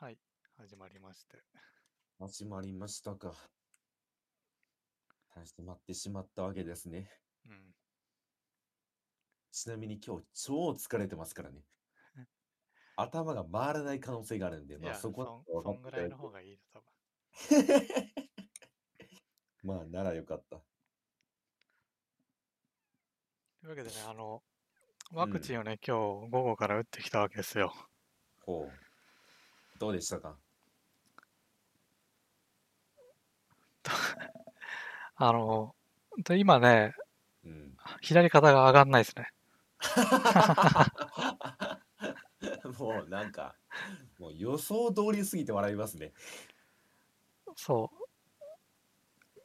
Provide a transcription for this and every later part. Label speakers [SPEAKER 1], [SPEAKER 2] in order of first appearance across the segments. [SPEAKER 1] はい、始まりまして。
[SPEAKER 2] 始まりましたか。始まってしまったわけですね。
[SPEAKER 1] うん。
[SPEAKER 2] ちなみに今日超疲れてますからね。頭が回らない可能性があるんで、
[SPEAKER 1] い
[SPEAKER 2] まあ
[SPEAKER 1] や、
[SPEAKER 2] そこ
[SPEAKER 1] そん、
[SPEAKER 2] は
[SPEAKER 1] そ
[SPEAKER 2] 分
[SPEAKER 1] んぐ
[SPEAKER 2] かって
[SPEAKER 1] らい
[SPEAKER 2] い
[SPEAKER 1] の
[SPEAKER 2] た
[SPEAKER 1] 方
[SPEAKER 2] だ
[SPEAKER 1] がいいよ、多分。
[SPEAKER 2] いて まあ、ならよかった。
[SPEAKER 1] というわけで ね、あの、
[SPEAKER 2] う
[SPEAKER 1] ワクチ
[SPEAKER 2] ん。
[SPEAKER 1] ンをね、今日午後から打ってきたわけですよ。
[SPEAKER 2] ほう。どうでしたか
[SPEAKER 1] あの、と今ね、
[SPEAKER 2] うん。
[SPEAKER 1] 左肩が上がんないですね。
[SPEAKER 2] もうなんか、もう予想通りすぎて笑いますね。
[SPEAKER 1] そう、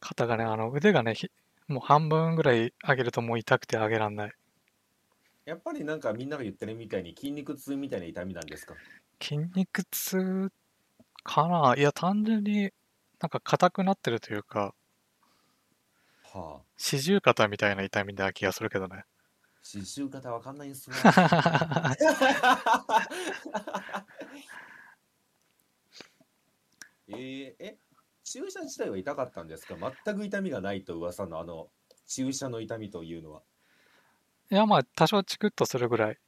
[SPEAKER 1] 肩がね、あの、腕がね、ひもう半分ぐらい上げるともう痛くて上げらんない。
[SPEAKER 2] やっぱりなんかみんなが言ってるみたいに筋肉痛みたいな痛みなんですか
[SPEAKER 1] 筋肉痛かないや、単純になんか硬くなってるというか、
[SPEAKER 2] はあ。
[SPEAKER 1] 四十肩みたいな痛みな気がするけどね。
[SPEAKER 2] 刺繍型わかんないんすわ。えー、え、注射自体は痛かったんですか全く痛みがないと噂のあの、注射の痛みというのは。
[SPEAKER 1] いや、まあ、多少チクッとするぐらい。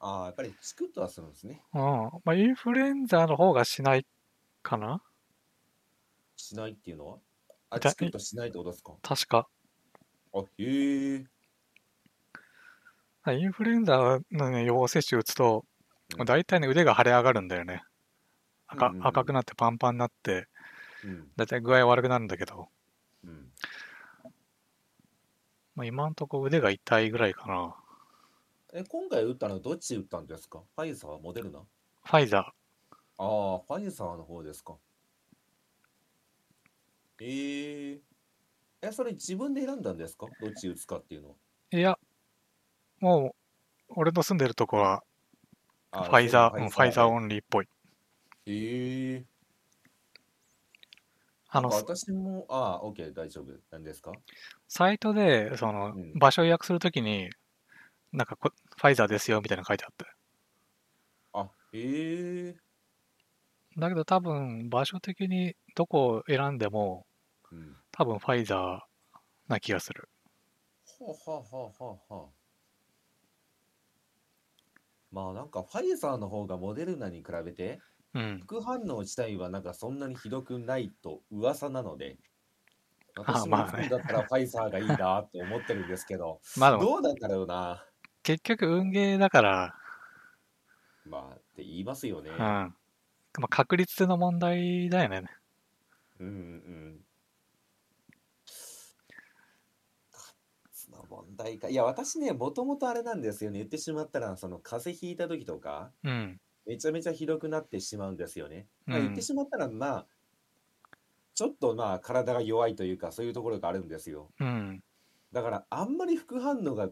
[SPEAKER 2] ああ、やっぱりチクッとはするんですね。
[SPEAKER 1] うん。まあ、インフルエンザの方がしないかな
[SPEAKER 2] しないっていうのはあ、
[SPEAKER 1] 痛
[SPEAKER 2] チクッ
[SPEAKER 1] い、
[SPEAKER 2] としないってことですか
[SPEAKER 1] 確か。
[SPEAKER 2] あ、へえ。
[SPEAKER 1] インフルエンザの、ね、予防接種打つと、
[SPEAKER 2] う
[SPEAKER 1] まあ
[SPEAKER 2] ん。
[SPEAKER 1] 大体ね、腕が腫れ上がるんだよね。
[SPEAKER 2] う
[SPEAKER 1] 赤、赤く
[SPEAKER 2] ん
[SPEAKER 1] なってパンパンになって、
[SPEAKER 2] うんうん。
[SPEAKER 1] だいたい具合悪くなるんだけど、
[SPEAKER 2] うん。うん
[SPEAKER 1] まあ、今んとこ腕が痛いぐらいかな。
[SPEAKER 2] え、今回打ったのはどっち打ったんですかファイザー、モデルナ
[SPEAKER 1] ファイザ
[SPEAKER 2] ああー、ファイザーの方ですか。ええ。え、それ自分で選んだんですかどっち打つかっていうのは。
[SPEAKER 1] ー。いや、もう、俺の住んでるとこは、フ
[SPEAKER 2] ああ、
[SPEAKER 1] ァイ
[SPEAKER 2] 全部
[SPEAKER 1] ザ
[SPEAKER 2] フ
[SPEAKER 1] ー、
[SPEAKER 2] ァ
[SPEAKER 1] う
[SPEAKER 2] イ
[SPEAKER 1] んフ
[SPEAKER 2] ザ
[SPEAKER 1] ァイ
[SPEAKER 2] ー
[SPEAKER 1] ザー
[SPEAKER 2] で。
[SPEAKER 1] オンリーっぽい。
[SPEAKER 2] ええ。
[SPEAKER 1] あ
[SPEAKER 2] なん
[SPEAKER 1] の、
[SPEAKER 2] か私も、ああ、OK、大丈夫。なんですか
[SPEAKER 1] サイトで、その、
[SPEAKER 2] うん。
[SPEAKER 1] 場所予約するときに、なんかこ、ファイザーですよ、みたいなの書いてあって。
[SPEAKER 2] あ、ええ。
[SPEAKER 1] だけど多分、場所的にどこを選んでも、
[SPEAKER 2] うん。
[SPEAKER 1] 多分ファイザーな気がする。
[SPEAKER 2] はあはあはあはあはあ。まあなんかファイザーの方がモデルナに比べて
[SPEAKER 1] うん。
[SPEAKER 2] 副反応自体はなんかそんなにひどくないと噂なので
[SPEAKER 1] ああ、
[SPEAKER 2] 私も打
[SPEAKER 1] まあ
[SPEAKER 2] つん
[SPEAKER 1] ね。
[SPEAKER 2] だったらファイザーがいいなって思ってるんです けど
[SPEAKER 1] まあでも、
[SPEAKER 2] どうなんだろうな
[SPEAKER 1] 結局運ゲーだから、
[SPEAKER 2] まあって言いますよ
[SPEAKER 1] うん。
[SPEAKER 2] ね
[SPEAKER 1] まあ確率の問題だよね。
[SPEAKER 2] うんうんその問題かいや私ねもともとあれなんですよね言ってしまったらその風邪ひいた時とか
[SPEAKER 1] うん。
[SPEAKER 2] めちゃめちゃひどくなってしまうんですよね
[SPEAKER 1] う
[SPEAKER 2] まあ言って
[SPEAKER 1] ん。
[SPEAKER 2] しまったらまあちょっとまあ体が弱いというかそういうところがあるんですよ。
[SPEAKER 1] うん。
[SPEAKER 2] だからあんまり副反応が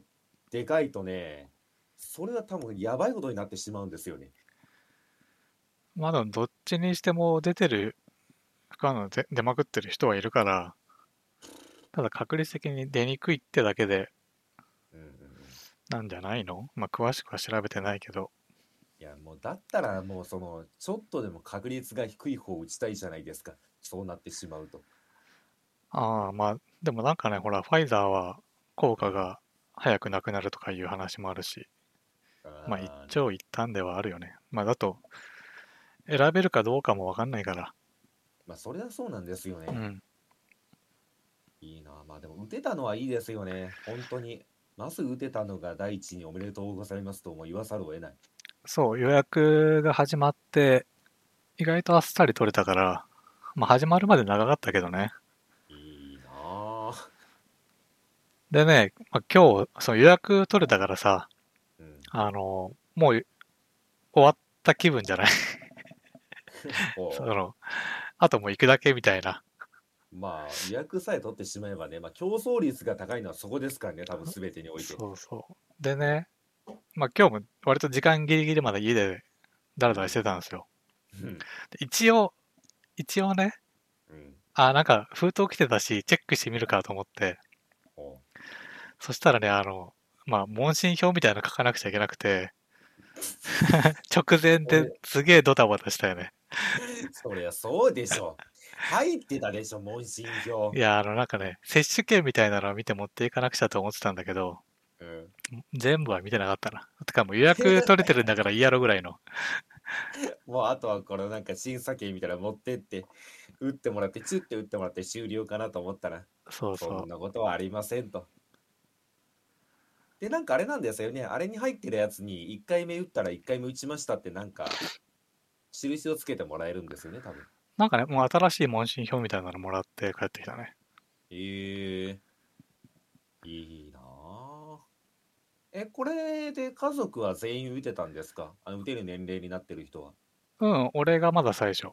[SPEAKER 2] でかいとね、それは多分やばいことになってしまうんですよね。
[SPEAKER 1] まあでも、どっちにしても出てる、副反応出出まくってる人はいるから、ただ確率的に出にくいってだけで、
[SPEAKER 2] うんうんうん。
[SPEAKER 1] なんじゃないのまあ詳しくは調べてないけど。
[SPEAKER 2] いやもうだったらもうそのちょっとでも確率が低い方を打ちたいじゃないですか。そうなってしまうと。
[SPEAKER 1] ああ、まあ、でもなんかね、ほら、ファイザーは効
[SPEAKER 2] う
[SPEAKER 1] 果
[SPEAKER 2] ん。
[SPEAKER 1] が早くなくなるとかいう話もあるし、まあ一
[SPEAKER 2] ああ、
[SPEAKER 1] 長一短ではあるよね。まあだと、選べるかどうかもわかんないから。
[SPEAKER 2] まあそれはそうなんですよ
[SPEAKER 1] う
[SPEAKER 2] ね。
[SPEAKER 1] ん。
[SPEAKER 2] いいな。まあでも打てたのはいいですよね。本当に。まず打てたのが第一におめでとうございますとも言わざるを得ない。
[SPEAKER 1] そう、予約が始まって、意外とあっさり取れたから、まあ始まるまで長かったけどね。
[SPEAKER 2] いいなあ。
[SPEAKER 1] でね、まあ、今日、その予約取れたからさ、
[SPEAKER 2] うん。
[SPEAKER 1] あの、もう終わった気分じゃない そ
[SPEAKER 2] ほう。
[SPEAKER 1] の、あともう行くだけみたいな。
[SPEAKER 2] まあ予約さえ取ってしまえばね、まあ、競争率が高いのはそこですからね、多分全てにおいて。
[SPEAKER 1] そうそう。でね、まあ今日も割と時間ギリギリまで家でダラ
[SPEAKER 2] う
[SPEAKER 1] ダラし
[SPEAKER 2] ん。
[SPEAKER 1] てたんですよ。
[SPEAKER 2] うん。
[SPEAKER 1] で一応、一応ね、
[SPEAKER 2] うん。
[SPEAKER 1] あ、なんか封筒来てたし、チェックしてみるかと思って、
[SPEAKER 2] ほ
[SPEAKER 1] そしたらね、あの、まあ、問診票みたいなの書かなくちゃいけなくて、 直前ですげえドタバタしたよね。
[SPEAKER 2] そりゃそうでしょ。入ってたでしょ、問診票
[SPEAKER 1] い。や、あの、なんかね、接種券みたいなのを見て持っていかなくちゃと思ってたんだけど、
[SPEAKER 2] うん、
[SPEAKER 1] 全部は見てなかったな。てかもう予約取れてるんだからいいやろぐらいの。
[SPEAKER 2] もうあとはこのなんか審査券みたいなの持ってって、打ってもらって、チュって打ってもらって終了かなと思ったら、
[SPEAKER 1] そうそ
[SPEAKER 2] そん
[SPEAKER 1] う。
[SPEAKER 2] なことはありませんと。で、なんかあれなんですよね。あれに入ってるやつに1回目打ったら1回目打ちましたってなんか、印をつけてもらえるんですよね、多分。
[SPEAKER 1] なんかね、もう新しい問診票みたいなのもらって帰ってきたね。
[SPEAKER 2] ええいいなあえ、これで家族は全員打てたんですかあの打てる年齢になってる人は。
[SPEAKER 1] うん、俺がまだ最初。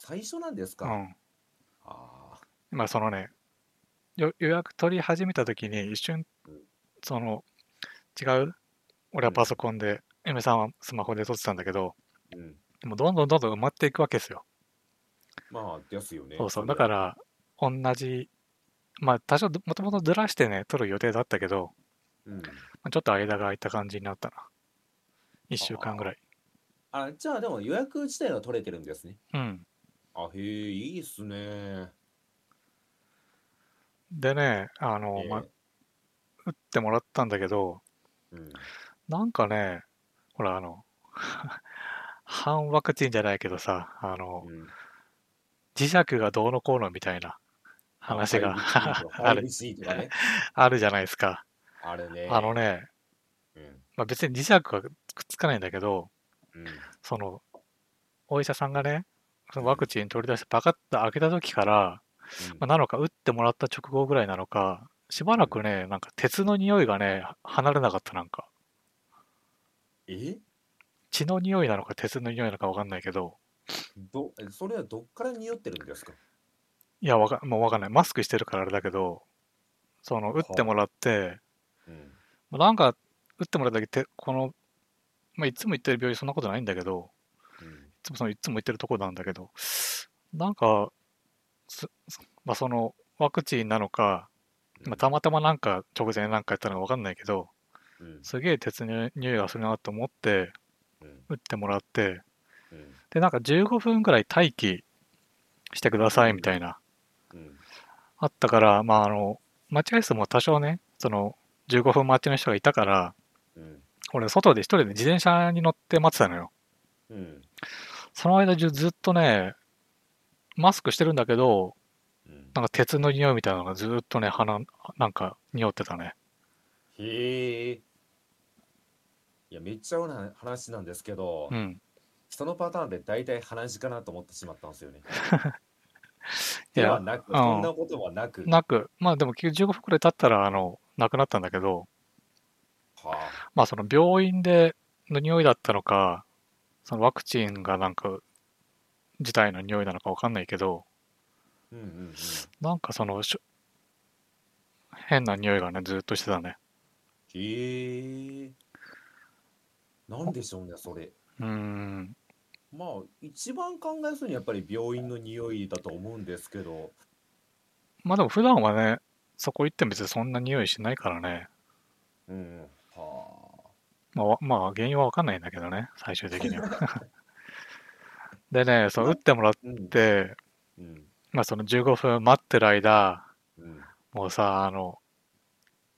[SPEAKER 2] 最初なんですか、
[SPEAKER 1] う
[SPEAKER 2] あ
[SPEAKER 1] ん。
[SPEAKER 2] あ
[SPEAKER 1] まあそのね、よ予約取り始めた時に一瞬、その、違う俺はパソコンで、M さんはスマホで撮ってたんだけど、
[SPEAKER 2] ー、うん。
[SPEAKER 1] もうどんどんどんどん埋まっていくわけですよ。
[SPEAKER 2] まあ、ですよね。
[SPEAKER 1] そうそう。だから、同じ、まあ多少もともとずらしてね、撮る予定だったけど、
[SPEAKER 2] ら。うん。
[SPEAKER 1] まあちょっと間が空いた感じになったな。1週間ぐらい。
[SPEAKER 2] あ、じゃあでも予約自体は取れてるんですね。
[SPEAKER 1] うん。
[SPEAKER 2] あ、へえ、いいっすね。
[SPEAKER 1] でね、あの、まあ、
[SPEAKER 2] え
[SPEAKER 1] 打ってもらったんだけど、
[SPEAKER 2] えうん、
[SPEAKER 1] なんかね、ほら、あの、反ワクチンじゃないけどさ、あの、
[SPEAKER 2] うん
[SPEAKER 1] 磁石がどうのこうのみたいな話がある
[SPEAKER 2] 5G とかね。
[SPEAKER 1] あるじゃないですか。
[SPEAKER 2] あるね。
[SPEAKER 1] あのね、
[SPEAKER 2] うん。
[SPEAKER 1] まあ、別に磁石はくっつかないんだけど、
[SPEAKER 2] うん。
[SPEAKER 1] その、お医者さんがね、そのワクチン取り出してパカッと開けた時から、まあ、なのか打ってもらった直後ぐらいなのか、しばらくね、なんか鉄の匂いがね、離れなかったなんか。
[SPEAKER 2] え
[SPEAKER 1] 血の匂いなのか鉄の匂いなのかわかんないけど、
[SPEAKER 2] ど、えそれはどっから匂ってるんですか
[SPEAKER 1] いや、わかもうわかんない。マスクしてるからあれだけど、その、打ってもらって、
[SPEAKER 2] うん。
[SPEAKER 1] まあなんか、打ってもらった時って、この、まあ、いつも行ってる病院そんなことないんだけど、
[SPEAKER 2] うん
[SPEAKER 1] いつもその、いつも行ってるとこなんだけど、なんか、すまあ、その、ワクチンなのか、まあ、たまたまなんか、直前なんかやったのかわかんないけど、
[SPEAKER 2] うん
[SPEAKER 1] すげえ鉄の匂いがするなと思って、
[SPEAKER 2] うん
[SPEAKER 1] 打ってもらって、
[SPEAKER 2] うん
[SPEAKER 1] で、なんか15分ぐらい待機してくださいみたいな
[SPEAKER 2] うん
[SPEAKER 1] あったから、まあ、あの、待合室も多少ね、その、15分待ちの人がいたから、
[SPEAKER 2] うん
[SPEAKER 1] 俺、外で一人で自転車に乗って待ってたのよ。
[SPEAKER 2] うん
[SPEAKER 1] その間中ずっとね、マスクしてるんだけど、
[SPEAKER 2] うん
[SPEAKER 1] なんか鉄の匂いみたいなのがずっとね、鼻、なんか匂ってたね。
[SPEAKER 2] へえ。いや、めっちゃ合うな話なんですけど
[SPEAKER 1] う、ん。
[SPEAKER 2] そのパターンで大体話かなと思ってしまったんですよね。
[SPEAKER 1] い
[SPEAKER 2] では
[SPEAKER 1] や、
[SPEAKER 2] なく、
[SPEAKER 1] うん
[SPEAKER 2] そんなことはなく。
[SPEAKER 1] なく、まあでも15分くらい経ったら、あの、なくなったんだけど、
[SPEAKER 2] はあ
[SPEAKER 1] まあその病院での匂いだったのか、そのワクチンがなんか、自体の匂いなのかわかんないけど、
[SPEAKER 2] うんうんうん
[SPEAKER 1] なんかそのしょ変な匂いがねずっとしてたね
[SPEAKER 2] へえ。なんでしょうね、それ。
[SPEAKER 1] うーん
[SPEAKER 2] まあ、一番考えするにやっぱり病院の匂いだと思うんですけど、
[SPEAKER 1] まあでも普段はねそこ行っても別にそんな匂いしないからね
[SPEAKER 2] うん、はあ、
[SPEAKER 1] まあわまあ原因は分かんないんだけどね最終的にはでねそう打ってもらっ
[SPEAKER 2] うん、
[SPEAKER 1] て
[SPEAKER 2] うん、
[SPEAKER 1] まあその15分待ってる間
[SPEAKER 2] うん、
[SPEAKER 1] もうさあの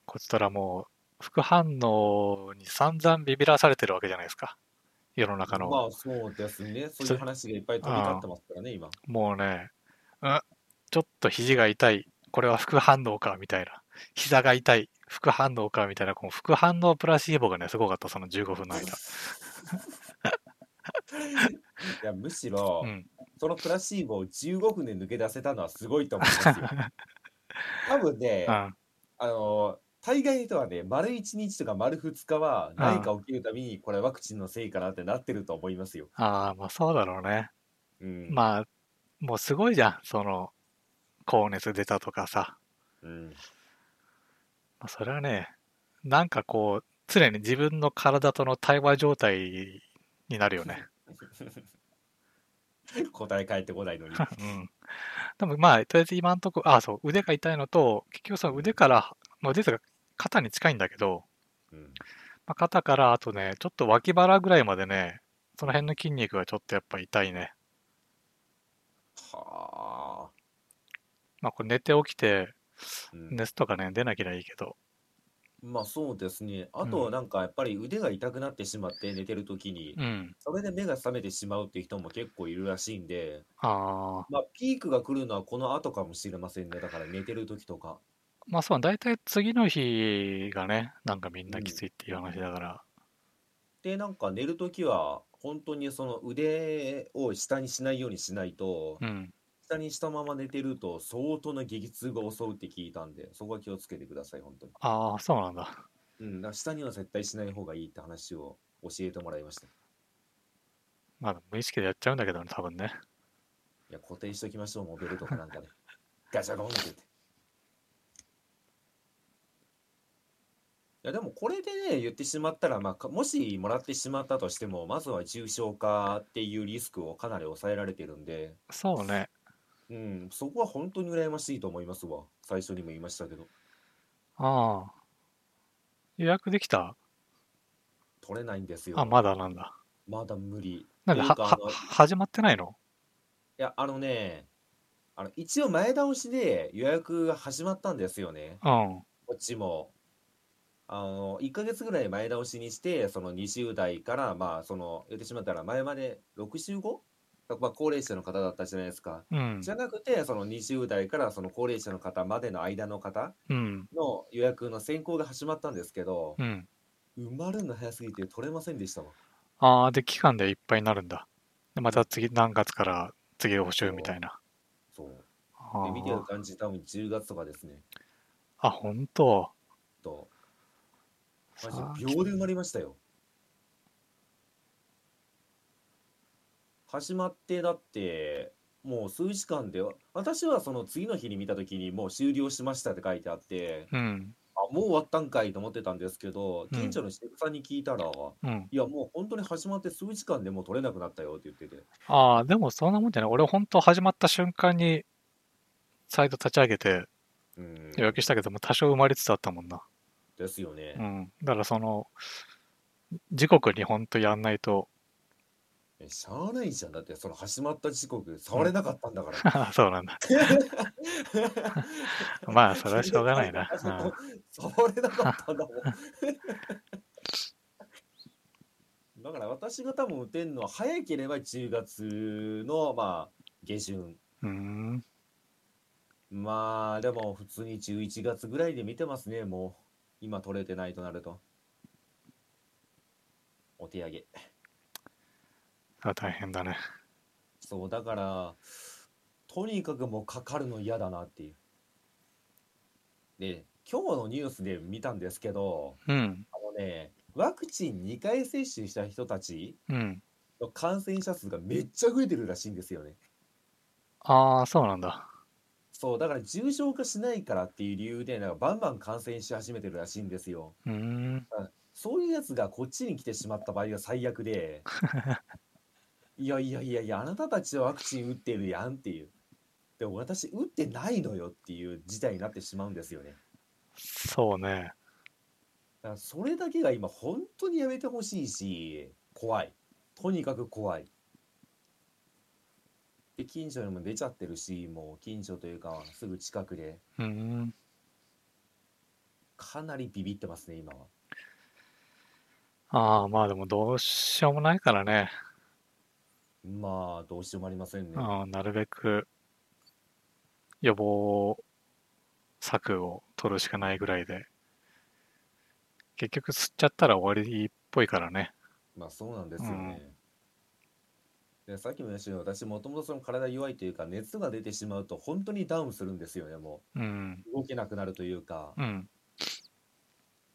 [SPEAKER 1] こっちとらもう副反応に散々ビビらされてるわけじゃないですか世の中の、
[SPEAKER 2] まあそうですね、そういう話がいっぱい飛び交ってますからね、今。
[SPEAKER 1] もうね、うんちょっと肘が痛い、これは副反応か、みたいな。膝が痛い、副反応か、みたいな、この副反応プラシーボがね、すごかった、その15分の間。
[SPEAKER 2] いや、むしろ、
[SPEAKER 1] うん。
[SPEAKER 2] そのプラシーボを15分で抜け出せたのはすごいと思いま すよ。多分ね、
[SPEAKER 1] う
[SPEAKER 2] あ
[SPEAKER 1] ん。
[SPEAKER 2] の、大概の人はね、丸1日とか丸2日は、何か起きるたびに、これワクチンのせいかなってなってると思いますよ。
[SPEAKER 1] ああ、まあそうだろうね。
[SPEAKER 2] うん、
[SPEAKER 1] まあ、もうすごいじゃん、その、高熱出たとかさ。
[SPEAKER 2] うん、
[SPEAKER 1] まあ、それはね、なんかこう、常に自分の体との対話状態になるよね。
[SPEAKER 2] 答え返ってこない のに。
[SPEAKER 1] うん。でもまあ、とりあえず今んとこ、ああ、そう、腕が痛いのと、結局その腕から、まあ、腕が肩に近いんだけど、
[SPEAKER 2] うん、
[SPEAKER 1] まあ、肩からあとね、ちょっと脇腹ぐらいまでね、その辺の筋肉がちょっとやっぱ痛いね。
[SPEAKER 2] はあ、
[SPEAKER 1] まあこれ寝て起きて、
[SPEAKER 2] うん
[SPEAKER 1] 熱とかね、出なきゃいいけど。
[SPEAKER 2] まあそうですねあとはなんかやっぱり腕が痛くなってしまって寝てる時に
[SPEAKER 1] うん。
[SPEAKER 2] それで目が覚めてしまうっていう人も結構いるらしいんで
[SPEAKER 1] ああ。
[SPEAKER 2] まあピークが来るのはこの後かもしれませんねだから寝てる時とか
[SPEAKER 1] まあそう、大体次の日がね、なんかみんな
[SPEAKER 2] うん
[SPEAKER 1] きついっていう話だから。
[SPEAKER 2] でなんか寝る時は本当にその腕を下にしないようにしないと
[SPEAKER 1] うん。
[SPEAKER 2] 下にしたまま寝てると相当な激痛が襲うって聞いたんでそこは気をつけてください本当に
[SPEAKER 1] ああ、そうなんだ。
[SPEAKER 2] うんだから下には絶対しない方がいいって話を教えてもらいましたい
[SPEAKER 1] まあ無意識でやっちゃうんだけどね、多分ね。
[SPEAKER 2] や固定しときましょうもうベルとかなん かでガチャゴンって言っていやでもこれでね言ってしまったら、まあか、もしもらってしまったとしてもまずは重症化っていうリスクをかなり抑えられてるんで
[SPEAKER 1] そうね。
[SPEAKER 2] うん、そこは本当に羨ましいと思いますわ。最初にも言いましたけど、
[SPEAKER 1] ああ。予約できた
[SPEAKER 2] 取れないんですよ。
[SPEAKER 1] あ、まだなんだ。
[SPEAKER 2] まだ無理。
[SPEAKER 1] なんで、
[SPEAKER 2] とい
[SPEAKER 1] は、
[SPEAKER 2] うかあ
[SPEAKER 1] は
[SPEAKER 2] の、い、
[SPEAKER 1] 始まってないの
[SPEAKER 2] や、あのね、あの、一応前倒しで予約が始まったんですよね。
[SPEAKER 1] うん。
[SPEAKER 2] こっちも。あの、1ヶ月ぐらい前倒しにして、その20代から、まあ、その、言ってしまったら前まで 65? まあ、高齢者の方だったじゃないですか。
[SPEAKER 1] うん
[SPEAKER 2] じ。ゃなくて、その20代からその高齢者の方までの間の方
[SPEAKER 1] うん。
[SPEAKER 2] の予約の先行が始まったんですけど、
[SPEAKER 1] うん。
[SPEAKER 2] 埋まるの早すぎて取れませんでしたわ。
[SPEAKER 1] ああ、で、期間でいっぱいになるんだ。でまた次、何月から次の補修みたいな。
[SPEAKER 2] そう。
[SPEAKER 1] あ
[SPEAKER 2] で見てる
[SPEAKER 1] ー
[SPEAKER 2] 感じ、多分10月とかですね。
[SPEAKER 1] あ、本当。
[SPEAKER 2] と、
[SPEAKER 1] さ
[SPEAKER 2] マ
[SPEAKER 1] あ
[SPEAKER 2] ジ秒で埋まりましたよ。始まって、だって、もう数時間で、私はその次の日に見たときに、もう終了しましたって書いてあって、
[SPEAKER 1] うん。
[SPEAKER 2] あ、もう終わったんかいと思ってたんですけど、
[SPEAKER 1] うん
[SPEAKER 2] 近所のシェフさんに聞いたら、
[SPEAKER 1] うん。
[SPEAKER 2] いや、もう本当に始まって数時間でもう取れなくなったよって言ってて、
[SPEAKER 1] ああ、でもそんなもんじゃない。俺、本当始まった瞬間に、サイト立ち上げて
[SPEAKER 2] うん
[SPEAKER 1] 予約したけども、多少埋まりつつあったもんな。
[SPEAKER 2] ですよね
[SPEAKER 1] う。ん。だから、その、時刻に本当やんないと、
[SPEAKER 2] えしゃあないじゃん。だって、その始まった時刻、触れなかったんだから。
[SPEAKER 1] そうなんだ。 まあ、それはしょうがないな。
[SPEAKER 2] その触れなかったん だもん。だから私が多分打てるのは早ければ10月のまあ下旬。
[SPEAKER 1] うん。うん
[SPEAKER 2] まあでも普通に11月ぐらいで見てますね、もう。今取れてないとなると。お手上げ。
[SPEAKER 1] あ大変だね。
[SPEAKER 2] そう、だから、とにかくもうかかるの嫌だなっていう。で、今日のニュースで見たんですけど、
[SPEAKER 1] うん。
[SPEAKER 2] あのね、ワクチン2回接種した人たち
[SPEAKER 1] うん。
[SPEAKER 2] の感染者数がめっちゃ増えてるらしいんですよね。
[SPEAKER 1] ああ、そうなんだ。
[SPEAKER 2] そう、だから重症化しないからっていう理由で、なんかバンバン感染し始めてるらしいんですよ。
[SPEAKER 1] うーん。
[SPEAKER 2] そういうやつがこっちに来てしまった場合が最悪で、いやいやいやいや、あなたたちはワクチン打ってるやんっていう。でも私、打ってないのよっていう事態になってしまうんですよね。
[SPEAKER 1] そうね。
[SPEAKER 2] だからそれだけが今、本当にやめてほしいし、怖い。とにかく怖い。で、近所にも出ちゃってるし、もう近所というか、すぐ近くで、
[SPEAKER 1] うーん。
[SPEAKER 2] かなりビビってますね、今は。
[SPEAKER 1] ああ、まあでもどうしようもないからね。
[SPEAKER 2] まあ、どうしようもありませんね。
[SPEAKER 1] うん、なるべく予防策を取るしかないぐらいで。結局吸っちゃったら終わりっぽいからね。
[SPEAKER 2] まあそうなんですよね。でさっきも言いましたけど私もともとその体弱いというか熱が出てしまうと本当にダウンするんですよねも
[SPEAKER 1] うん。
[SPEAKER 2] う動けなくなるというか
[SPEAKER 1] うん。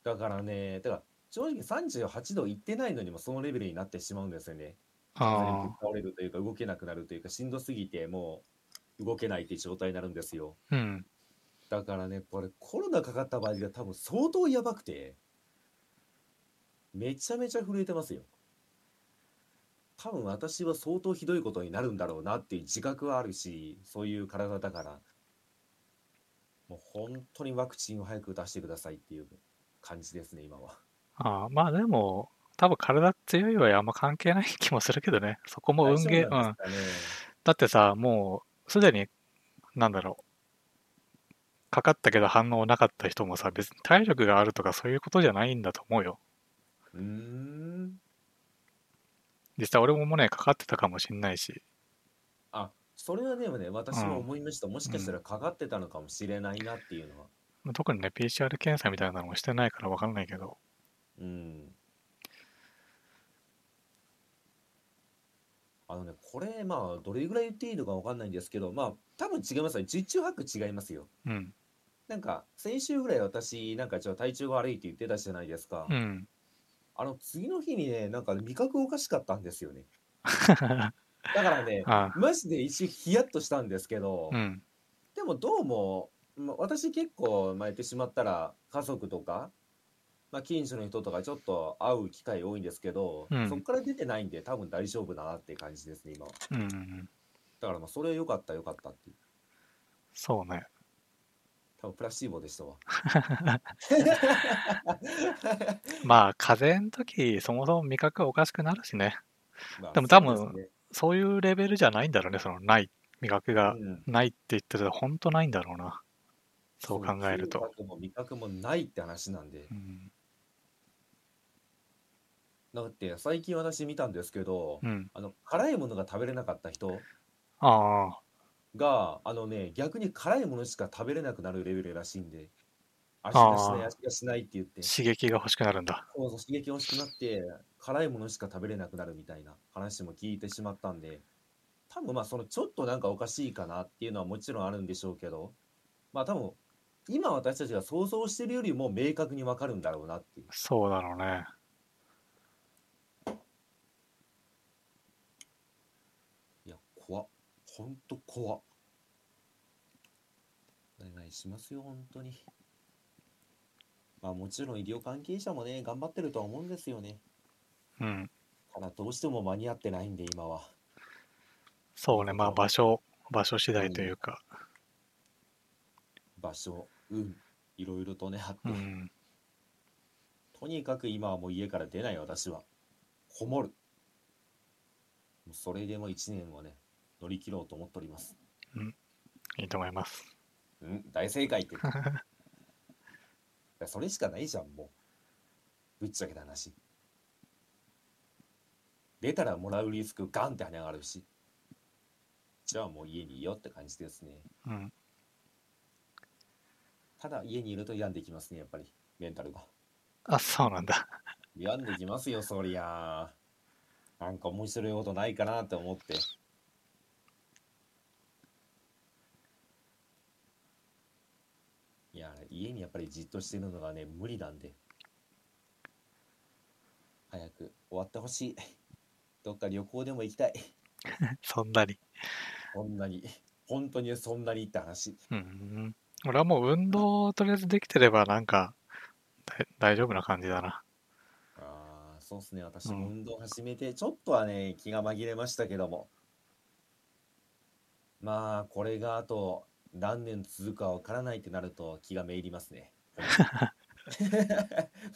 [SPEAKER 2] だからねだから正直38度いってないのにもそのレベルになってしまうんですよね
[SPEAKER 1] あ
[SPEAKER 2] 倒れるというか動けなくなるというかしんどすぎてもう動けないっていう状態になるんですよ
[SPEAKER 1] あ、うん。
[SPEAKER 2] だからねこれコロナかかった場合が多分相当やばくてめちゃめちゃ震えてますよ多分私は相当ひどいことになるんだろうなっていう自覚はあるしそういう体だからもう本当にワクチンを早く出してくださいっていう感じですね今は
[SPEAKER 1] ああまあでも、多分体強いはあんま関係ない気もするけどね。そこも
[SPEAKER 2] 大
[SPEAKER 1] 運
[SPEAKER 2] 丈
[SPEAKER 1] ゲ
[SPEAKER 2] 夫
[SPEAKER 1] ー、う
[SPEAKER 2] なん
[SPEAKER 1] ん。
[SPEAKER 2] です
[SPEAKER 1] だってさ、もうすでに、なんだろう。かかったけど反応なかった人もさ、別に体力があるとかそういうことじゃないんだと思うよ。
[SPEAKER 2] かね。うーん。
[SPEAKER 1] 実際俺ももうね、かかってたかもしんないし。
[SPEAKER 2] あ、それはでもね、私も思いました。もし
[SPEAKER 1] う
[SPEAKER 2] かした
[SPEAKER 1] ん。
[SPEAKER 2] らかかってたのかもしれないなっていうのは。
[SPEAKER 1] 特にね、PCR 検査みたいなのもしてないからわかんないけど。
[SPEAKER 2] うん。あのね、これ、まあ、どれぐらい言っていいのかわかんないんですけど、まあ、多分違いますよ。十中八九違いますよ。
[SPEAKER 1] うん。
[SPEAKER 2] なんか、先週ぐらい私、なんかちょっと体調が悪いって言ってたじゃないですか。
[SPEAKER 1] うん。
[SPEAKER 2] あの、次の日にね、なんか味覚おかしかったんですよね。だからね、
[SPEAKER 1] あ
[SPEAKER 2] マジで一瞬ヒヤッとしたんですけ
[SPEAKER 1] う
[SPEAKER 2] ど、
[SPEAKER 1] ん。
[SPEAKER 2] でもどうも、まあ私結構、まあ、言ってしまったら、家族とか、まあ、近所の人とかちょっと会う機会多いんですけど、
[SPEAKER 1] う
[SPEAKER 2] そこ
[SPEAKER 1] ん。
[SPEAKER 2] から出てないんで多分大丈夫だなって感じですね、今は。
[SPEAKER 1] うん。
[SPEAKER 2] だからまあ、それは良かった、良かったっていう。
[SPEAKER 1] そうね。
[SPEAKER 2] 多分プラシーボでしたわ。
[SPEAKER 1] まあ、風邪の時、そもそも味覚おかしくなるしね。
[SPEAKER 2] まあ、
[SPEAKER 1] でも多
[SPEAKER 2] そうです
[SPEAKER 1] 分、
[SPEAKER 2] ね。
[SPEAKER 1] そういうレベルじゃないんだろうね。その、ない、味覚
[SPEAKER 2] う
[SPEAKER 1] が
[SPEAKER 2] ん。
[SPEAKER 1] ないって言ってたら、ほんとないんだろうな。そう
[SPEAKER 2] そ
[SPEAKER 1] 考
[SPEAKER 2] う、
[SPEAKER 1] える
[SPEAKER 2] 嗅
[SPEAKER 1] と。
[SPEAKER 2] 覚も味覚もないって話なんで。
[SPEAKER 1] うん。
[SPEAKER 2] だって最近私見たんですけど、
[SPEAKER 1] うん。
[SPEAKER 2] あの、辛いものが食べれなかった人
[SPEAKER 1] ああ、
[SPEAKER 2] が、あのね、逆に辛いものしか食べれなくなるレベルらしいんで、味がしない、
[SPEAKER 1] ああ、
[SPEAKER 2] 味がしないって言って、
[SPEAKER 1] 刺激が欲しくなるんだ。
[SPEAKER 2] そうそう刺激が欲しくなって、辛いものしか食べれなくなるみたいな話も聞いてしまったんで、多分まあ、そのちょっとなんかおかしいかなっていうのはもちろんあるんでしょうけど、まあ多分、今私たちが想像してるよりも明確にわかるんだろうなっていう。
[SPEAKER 1] そうだろうね。
[SPEAKER 2] いや、怖っ。ほんと怖っ。お願いしますよ、本当に。まあもちろん医療関係者もね、頑張ってるとは思うんですよね。
[SPEAKER 1] うん。
[SPEAKER 2] ただどうしても間に合ってないんで、今は。
[SPEAKER 1] そ
[SPEAKER 2] いうう
[SPEAKER 1] ね。
[SPEAKER 2] こ
[SPEAKER 1] ま
[SPEAKER 2] と
[SPEAKER 1] あ、
[SPEAKER 2] は
[SPEAKER 1] 場
[SPEAKER 2] ね。
[SPEAKER 1] 所、場所次
[SPEAKER 2] う
[SPEAKER 1] 第とい
[SPEAKER 2] ん。
[SPEAKER 1] うか。
[SPEAKER 2] 場所、うん。いろいろとね、あっ
[SPEAKER 1] う
[SPEAKER 2] て。
[SPEAKER 1] ん。
[SPEAKER 2] とにかく今はもう家から出ない私は。こもる。もうそれでも一年をね、乗り切ろうと思っております。
[SPEAKER 1] うん。いいと思います。
[SPEAKER 2] うん、大正解って言って。いやそれしかないじゃん、もう。ぶっちゃけた話。出たらもらうリスクガンって跳ね上がるし。じゃあもう家にいようって感じですね。
[SPEAKER 1] うん。
[SPEAKER 2] ただ家にいると病んできますね、やっぱり。メンタルが。
[SPEAKER 1] あ、そうなんだ。
[SPEAKER 2] 病んできますよ、そりゃあ。なんか面白いことないかなって思って。いや、家にやっぱりじっとしてるのがね、無理なんで。早く終わってほしい。どっか旅行でも行きたい。
[SPEAKER 1] そんなに。
[SPEAKER 2] こんなに。本当にそんなにって話。
[SPEAKER 1] うん。俺はもう運動をとりあえずできてれば、なんか、だい大丈夫な感じだな。
[SPEAKER 2] ああ、そうっすね。
[SPEAKER 1] う
[SPEAKER 2] 私も
[SPEAKER 1] ん。
[SPEAKER 2] 運動始めて、ちょっとはね、気が紛れましたけども。まあ、これがあと何年続くかわからないってなると気がめいります ね。本当に。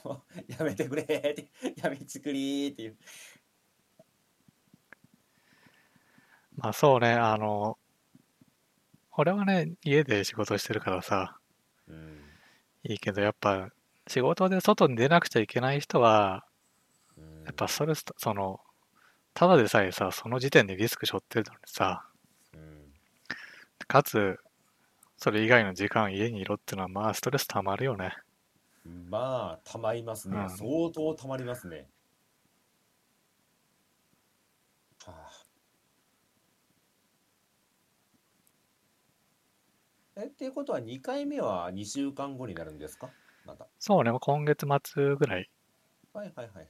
[SPEAKER 2] もうやめてくれって、やめちくりーっていう。
[SPEAKER 1] まあ、そうね。あの、俺はね、家で仕事してるからさ、
[SPEAKER 2] うん。
[SPEAKER 1] いいけど、やっぱ、仕事で外に出なくちゃいけない人は、
[SPEAKER 2] う
[SPEAKER 1] やっ
[SPEAKER 2] ん。
[SPEAKER 1] ぱストレスと、その、ただでさえさ、その時点でリスク背負ってるのにさ、
[SPEAKER 2] うん。
[SPEAKER 1] かつ、それ以外の時間家にいろってのは、まあ、ストレス溜まるよね。
[SPEAKER 2] まあ、たまります
[SPEAKER 1] う
[SPEAKER 2] ね。
[SPEAKER 1] ん。
[SPEAKER 2] 相当たまりますね。はあ、え、っていうことは2回目は2週間後になるんですかまた。
[SPEAKER 1] そうね、もう今月末ぐらい。
[SPEAKER 2] はいはいはい。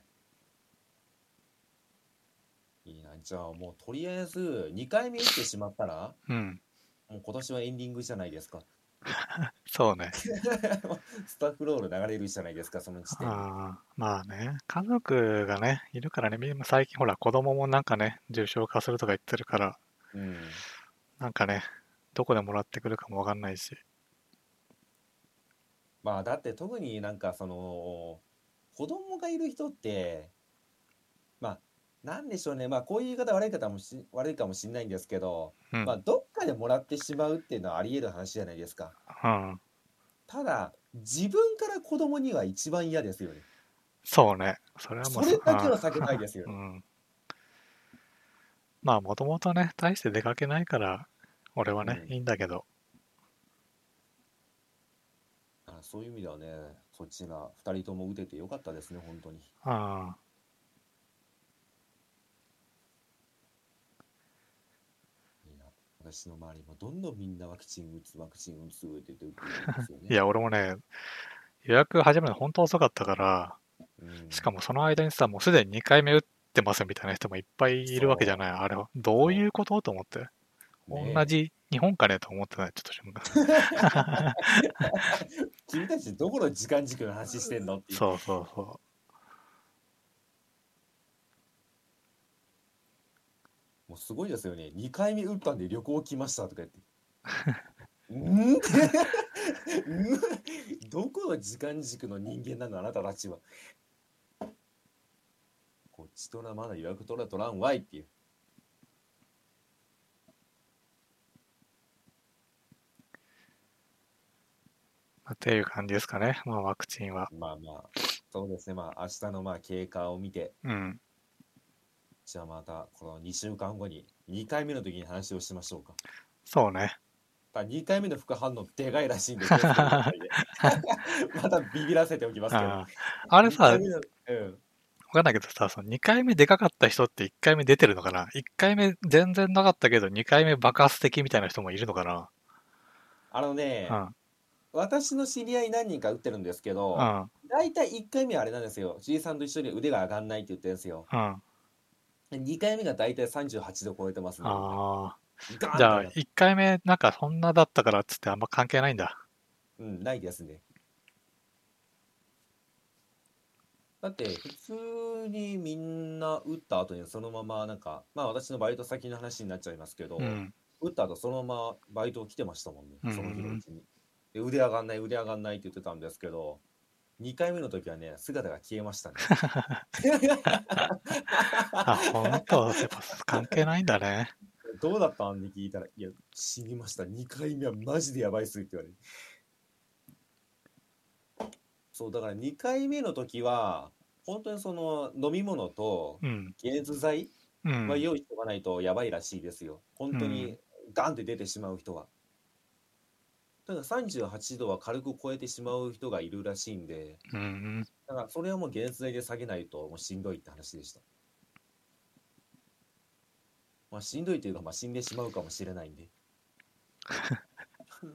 [SPEAKER 2] いいな。じゃあもうとりあえず2回目打ってしまったら、
[SPEAKER 1] うん。
[SPEAKER 2] もう今年はエンディングじゃないですか。
[SPEAKER 1] そうね。
[SPEAKER 2] スタッフロール流れるじゃないですか、その時点で。
[SPEAKER 1] ああ、まあね、家族がね、いるからね、みんな最近ほら、子供もなんかね、重症化するとか言ってるから、
[SPEAKER 2] うん。
[SPEAKER 1] なんかね、どこでもらってくるかもわかんないし。
[SPEAKER 2] まあだって特になんかその子供がいる人ってまあなんでしょうねまあこういう言い方悪い方もし悪いかもしれないんですけど、
[SPEAKER 1] うん。
[SPEAKER 2] まあ、どっかでもらってしまうっていうのはあり得る話じゃないですか
[SPEAKER 1] うん。
[SPEAKER 2] ただ自分から子供には一番嫌ですよね
[SPEAKER 1] そうね。それはも
[SPEAKER 2] そうれだけは
[SPEAKER 1] さ
[SPEAKER 2] 避けたいですよ
[SPEAKER 1] う
[SPEAKER 2] ね
[SPEAKER 1] ん。まあ、もともとね、大して出かけないから、俺はね、
[SPEAKER 2] うん
[SPEAKER 1] いいんだけど。
[SPEAKER 2] あそういう意味ではねそちら2人とも打ててよかったですね本当に
[SPEAKER 1] うん。
[SPEAKER 2] いや私の周りもどんどんみんなワクチン打つワクチン打つって言って打ってるんですよね
[SPEAKER 1] いや、俺もね、予約始めるの本当遅かったから、
[SPEAKER 2] うん
[SPEAKER 1] しかもその間にさ、もうすでに2回目打ってますみたいな人もいっぱいいるわけじゃない。あれは、どういうことと思って。
[SPEAKER 2] ねえ
[SPEAKER 1] 同じ日本かねと思ってない、ちょっと瞬 間。
[SPEAKER 2] 君たちどこの時間軸の話してんのっていう
[SPEAKER 1] そうそうそ
[SPEAKER 2] もうすごいですよね2回目打ったんで旅行来ましたとか言ってうんってうんどこの時間軸の人間なのあなたたちはこっちとらまだ予約取ら取らんわいっていう
[SPEAKER 1] う。っていう感じですかね、まあ、ワクチンは。
[SPEAKER 2] まあまあそうですねまあ明日のまあ経過を見て
[SPEAKER 1] うん。
[SPEAKER 2] じゃあまたこの2週間後に2回目の時に話をしましょうか。
[SPEAKER 1] そうね。
[SPEAKER 2] ただ2回目の副反応でかいらしいんで気をつけてくださいね またビビらせておきますけど。
[SPEAKER 1] あああれさ、わ
[SPEAKER 2] 二回目のうん、
[SPEAKER 1] かんないけどさ、その2回目でかかった人って1回目出てるのかな ?1 回目全然なかったけど、2回目爆発的みたいな人もいるのかな
[SPEAKER 2] あのね、私の知り合い何人か打ってるんですけ
[SPEAKER 1] う
[SPEAKER 2] ど、
[SPEAKER 1] ん。うん。
[SPEAKER 2] 大体1回目はあれなんですよ。じいさんと一緒に腕が上がんないって言ってるんですよ。
[SPEAKER 1] うん。あ
[SPEAKER 2] 2回目が大体38度超えてますね。
[SPEAKER 1] あ
[SPEAKER 2] ガーンっ
[SPEAKER 1] ー。じ
[SPEAKER 2] て
[SPEAKER 1] ゃあ、
[SPEAKER 2] な
[SPEAKER 1] 1回目なんかそんなだったからっつってあんま関係ないんだ。
[SPEAKER 2] うん、ないですね。だって普通にみんな打った後にそのままなんかまあ私のバイト先の話になっちゃいますけど、
[SPEAKER 1] うん。
[SPEAKER 2] 打った後そのままバイト来てましたもんね
[SPEAKER 1] うん
[SPEAKER 2] その日のうちに。で腕上がんない腕上がんないって言ってたんですけど2回目の時はね姿が消えましたね。
[SPEAKER 1] あ、本当やっぱ関係ないんだね。
[SPEAKER 2] どうだったんって聞いたら「いや死にました2回目はマジでやばいっす」って言われてそうだから2回目の時は本当にその飲み物と
[SPEAKER 1] うん。
[SPEAKER 2] 解熱剤
[SPEAKER 1] う
[SPEAKER 2] は
[SPEAKER 1] ん。
[SPEAKER 2] 用意しておかないとやばいらしいですよ本当
[SPEAKER 1] う
[SPEAKER 2] にガンって出てしまう人は。ただ38度は軽く超えてしまう人がいるらしいんで
[SPEAKER 1] うん。
[SPEAKER 2] だからそれはもう原熱剤で下げないともうしんどいって話でした。まあしんどいというか、まあ、死んでしまうかもしれないんで。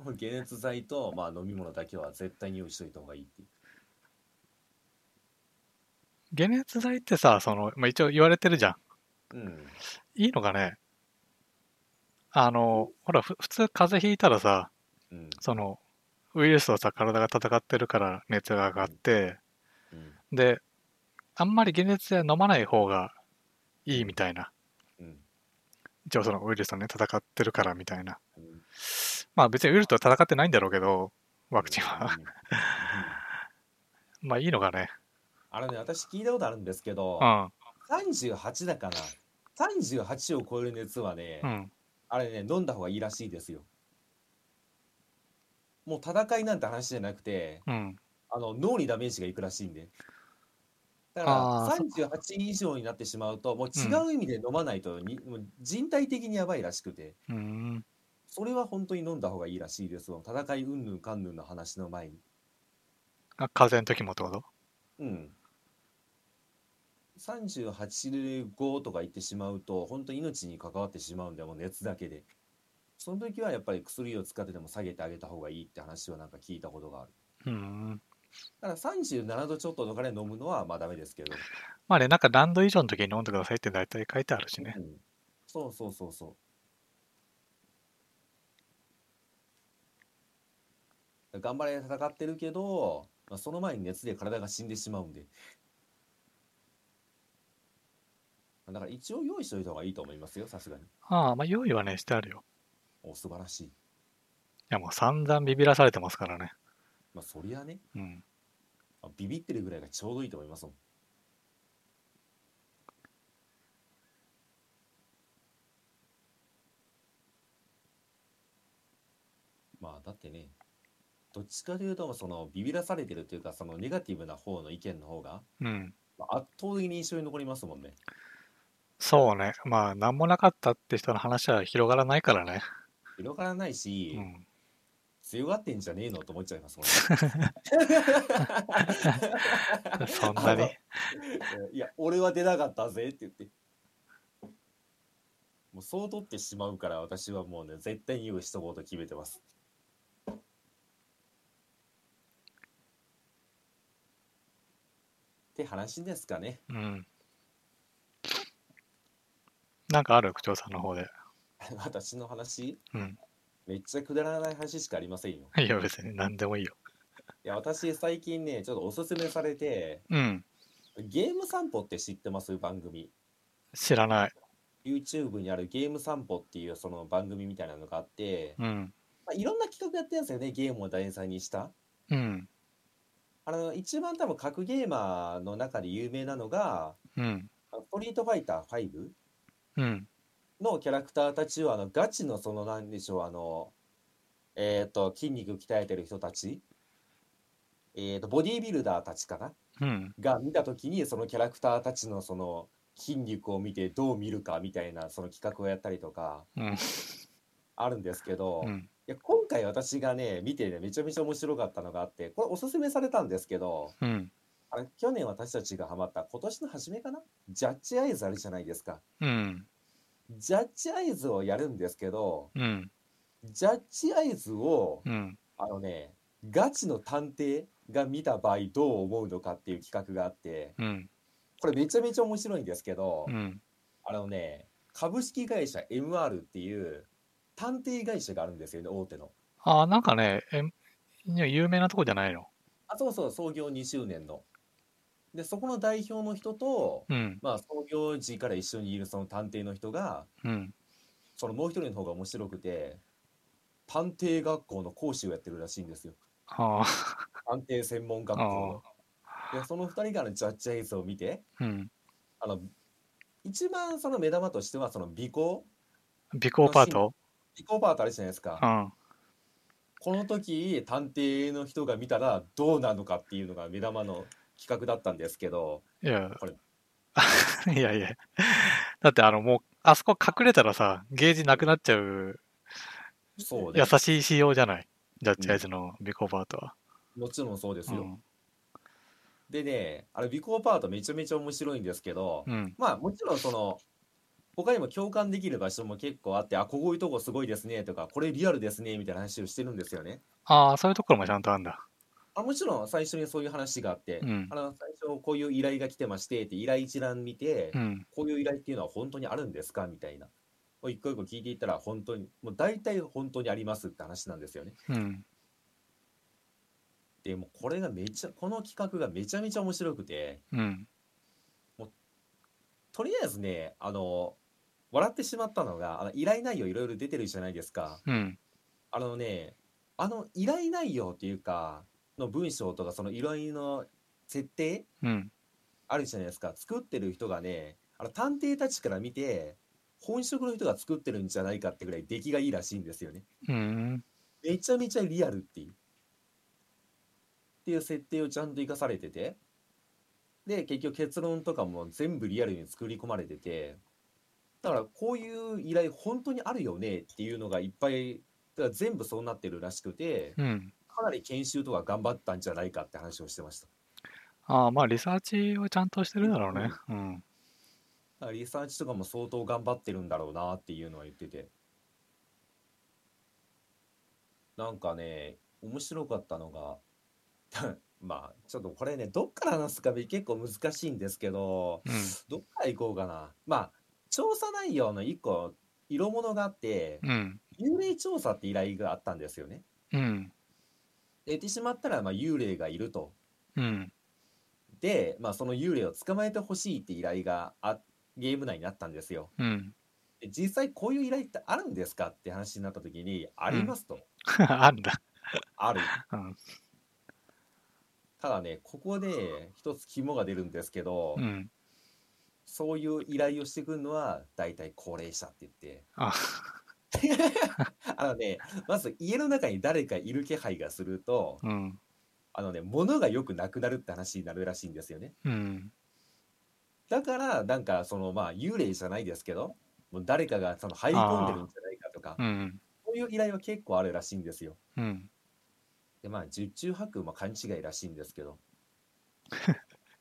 [SPEAKER 2] もう解熱剤と、まあ、飲み物だけは絶対に用意しといた方がいいっていう。
[SPEAKER 1] 解熱剤ってさ、その、まあ、一応言われてるじゃん。
[SPEAKER 2] うん。
[SPEAKER 1] いいのかねあの、ほら、ふ普通風邪ひいたらさ、
[SPEAKER 2] うん。
[SPEAKER 1] そのウイルスとさ体が戦ってるから熱が上がって、
[SPEAKER 2] うん。
[SPEAKER 1] であんまり解熱剤飲まない方がいいみたいな
[SPEAKER 2] うん。
[SPEAKER 1] 一応そのウイルスとね戦ってるからみたいな
[SPEAKER 2] うん
[SPEAKER 1] まあ別にウイルスとは戦ってないんだろうけどワクチンは
[SPEAKER 2] うんうん
[SPEAKER 1] まあいいのかね
[SPEAKER 2] あのね、私聞いたことあるんですけど
[SPEAKER 1] う、ん
[SPEAKER 2] 38だから、38を超える熱はね、
[SPEAKER 1] うん
[SPEAKER 2] あれね、飲んだ方がいいらしいですよ。もう戦いなんて話じゃなくて、
[SPEAKER 1] うん
[SPEAKER 2] あの脳にダメージがいくらしいんで。だ
[SPEAKER 1] あ
[SPEAKER 2] か
[SPEAKER 1] ー
[SPEAKER 2] ら38以上になってしまうと、もう違う意味で飲まないとに、もう人体的にやばいらしくて、
[SPEAKER 1] うーん
[SPEAKER 2] それは本当に飲んだ方がいいらしいですわ。戦いうんぬんかんぬんの話の前に。
[SPEAKER 1] あ風邪の時もってこと
[SPEAKER 2] うん。38 5とか言ってしまうと、本当に命に関わってしまうんだよ、もう熱だけで。その時はやっぱり薬を使ってでも下げてあげた方がいいって話はなんか聞いたことがある。
[SPEAKER 1] うーん
[SPEAKER 2] だから37度ちょっととかで飲むのはまあダメですけど。
[SPEAKER 1] まあねなんか何度以上の時に飲んでくださいって大体書いてあるしね
[SPEAKER 2] うん、そうそうそうそう頑張れ戦ってるけど、まあ、その前に熱で体が死んでしまうんでだから一応用意しといた方がいいと思いますよさすがに
[SPEAKER 1] ああまあ用意はねしてあるよ
[SPEAKER 2] お素晴らしい
[SPEAKER 1] いやもう散々ビビらされてますからね
[SPEAKER 2] まあそりゃね
[SPEAKER 1] うん
[SPEAKER 2] あビビってるぐらいがちょうどいいと思いますもんまあだってねどっちかというとそのビビらされてるというかそのネガティブな方の意見の方が
[SPEAKER 1] うん。
[SPEAKER 2] まあ圧倒的に印象に残りますもんね
[SPEAKER 1] そうね。まあ、なんもなかったって人の話は広がらないからね。
[SPEAKER 2] 広がらないし、
[SPEAKER 1] うん。
[SPEAKER 2] 強がってんじゃねえのと思っちゃいますもんね
[SPEAKER 1] そんなに。
[SPEAKER 2] いや俺は出なかったぜって言ってもうそう取ってしまうから私はもうね絶対に用意しとこうと決めてますって話ですかね
[SPEAKER 1] うん。なんかある区長さんの方で。
[SPEAKER 2] 私の話
[SPEAKER 1] うん。
[SPEAKER 2] めっちゃくだらない話しかありませんよ
[SPEAKER 1] いや、別に何でもいいよ。
[SPEAKER 2] いや私最近ねちょっとおすすめされて
[SPEAKER 1] うん。
[SPEAKER 2] ゲーム散歩って知ってます番組
[SPEAKER 1] 知らない。
[SPEAKER 2] YouTube にあるゲーム散歩っていうその番組みたいなのがあって、
[SPEAKER 1] うん。
[SPEAKER 2] まあ、いろんな企画やってるんですよねゲームを題材にした
[SPEAKER 1] うん。
[SPEAKER 2] あの一番多分格ゲーマーの中で有名なのが
[SPEAKER 1] うん。
[SPEAKER 2] あのストリートファイター5
[SPEAKER 1] うん。
[SPEAKER 2] のキャラクターたちをあのガチのそのなんでしょうあのえっ、と筋肉鍛えてる人たちえっ、とボディービルダーたちかな
[SPEAKER 1] うん。
[SPEAKER 2] が見た時にそのキャラクターたちのその筋肉を見てどう見るかみたいなその企画をやったりとか
[SPEAKER 1] うん
[SPEAKER 2] あるんですけど、
[SPEAKER 1] う
[SPEAKER 2] い
[SPEAKER 1] ん。
[SPEAKER 2] や今回私がね見てねめちゃめちゃ面白かったのがあってこれおすすめされたんですけど
[SPEAKER 1] うん。
[SPEAKER 2] あれ去年私たちがハマった今年の初めかなジャッジアイズあるじゃないですか
[SPEAKER 1] うん。
[SPEAKER 2] ジャッジアイズをやるんですけど
[SPEAKER 1] うん。
[SPEAKER 2] ジャッジアイズを
[SPEAKER 1] うん。
[SPEAKER 2] あのねガチの探偵が見た場合どう思うのかっていう企画があって
[SPEAKER 1] うん。
[SPEAKER 2] これめちゃめちゃ面白いんですけど、
[SPEAKER 1] うん。
[SPEAKER 2] あのね株式会社 MR っていう探偵会社があるんですよね大手の
[SPEAKER 1] ああ、なんかね、え、いや有名なとこじゃないの。
[SPEAKER 2] あそうそう創業2周年のでそこの代表の人と、
[SPEAKER 1] うん。
[SPEAKER 2] まあ、創業時から一緒にいるその探偵の人が
[SPEAKER 1] うん。
[SPEAKER 2] そのもう一人の方が面白くて探偵学校の講師をやってるらしいんですよ
[SPEAKER 1] ああ。
[SPEAKER 2] 探偵専門学校のでその2人があのジャッジアイズを見て
[SPEAKER 1] うん。
[SPEAKER 2] あの一番その目玉としてはその尾行
[SPEAKER 1] 尾行パート
[SPEAKER 2] 尾行パートあるじゃないですか
[SPEAKER 1] うん。
[SPEAKER 2] この時探偵の人が見たらどうなのかっていうのが目玉の企画だったんですけど
[SPEAKER 1] いや
[SPEAKER 2] これ、
[SPEAKER 1] いやいや。だってあのもう、あそこ隠れたらさ、ゲージなくなっちゃう
[SPEAKER 2] そうね
[SPEAKER 1] 優しい仕様じゃない。ジャッジアイズの尾行パートは。
[SPEAKER 2] もちろんそうです
[SPEAKER 1] う
[SPEAKER 2] よ、
[SPEAKER 1] ん。
[SPEAKER 2] でねあの尾行パートめちゃめちゃ面白いんですけど、
[SPEAKER 1] うん。
[SPEAKER 2] まあもちろんその他にも共感できる場所も結構あってあこういうとこすごいですねとかこれリアルですねみたいな話をしてるんですよね
[SPEAKER 1] ああ、そういうところもちゃんとあるんだ。
[SPEAKER 2] あもちろん最初にそういう話があって、
[SPEAKER 1] うん
[SPEAKER 2] あ。の最初こういう依頼が来てましてって依頼一覧見て、
[SPEAKER 1] うん。
[SPEAKER 2] こういう依頼っていうのは本当にあるんですかみたいなを一個一個聞いていったら本当にもう大体本当にありますって話なんですよね
[SPEAKER 1] うん。
[SPEAKER 2] でもうこれがめちゃこの企画がめちゃめちゃ面白くて
[SPEAKER 1] うん。
[SPEAKER 2] とりあえずねあの笑ってしまったのがあの依頼内容いろいろ出てるじゃないですか
[SPEAKER 1] うん。
[SPEAKER 2] あのねあの依頼内容っていうかの文章とかその依頼の設定
[SPEAKER 1] うん。
[SPEAKER 2] あるじゃないですか作ってる人がねあの探偵たちから見て本職の人が作ってるんじゃないかってぐらい出来がいいらしいんですよね
[SPEAKER 1] うん。
[SPEAKER 2] めちゃめちゃリアルっていうっていう設定をちゃんと生かされててで結局結論とかも全部リアルに作り込まれててだからこういう依頼本当にあるよねっていうのがいっぱいだから全部そうなってるらしくて
[SPEAKER 1] うん。
[SPEAKER 2] かなり研修とか頑張ったんじゃないかって話をしてました
[SPEAKER 1] ああ、まあリサーチをちゃんとしてるだろうね。うん。
[SPEAKER 2] だからリサーチとかも相当頑張ってるんだろうなっていうのは言っててなんかね面白かったのが まあちょっとこれねどっから話すか結構難しいんですけど
[SPEAKER 1] うん。
[SPEAKER 2] どっから行こうかなまあ調査内容の一個色物があって
[SPEAKER 1] うん。
[SPEAKER 2] 幽霊調査って依頼があったんですよね。
[SPEAKER 1] うん。
[SPEAKER 2] で言ってしまったら、まあ、幽霊がいると。
[SPEAKER 1] うん。
[SPEAKER 2] で、まあ、その幽霊を捕まえてほしいって依頼があゲーム内になったんですよ。
[SPEAKER 1] うん。
[SPEAKER 2] で実際こういう依頼ってあるんですかって話になった時にありますと、
[SPEAKER 1] あんだ。
[SPEAKER 2] ある
[SPEAKER 1] うん。
[SPEAKER 2] ただね、ここで一つ肝が出るんですけど、
[SPEAKER 1] うん。
[SPEAKER 2] そういう依頼をしてくるのは、大体高齢者って言って。
[SPEAKER 1] あ、
[SPEAKER 2] あのね、まず家の中に誰かいる気配がすると、
[SPEAKER 1] うん。
[SPEAKER 2] あのね、物がよくなくなるって話になるらしいんですよね。
[SPEAKER 1] うん。
[SPEAKER 2] だから、なんか、その、まあ、幽霊じゃないですけど、もう誰かがその入り込んでるんじゃないかとか
[SPEAKER 1] う、ん。
[SPEAKER 2] そういう依頼は結構あるらしいんですよ。
[SPEAKER 1] うん。
[SPEAKER 2] で、まあ、十中八九、まあ、勘違いらしいんですけど、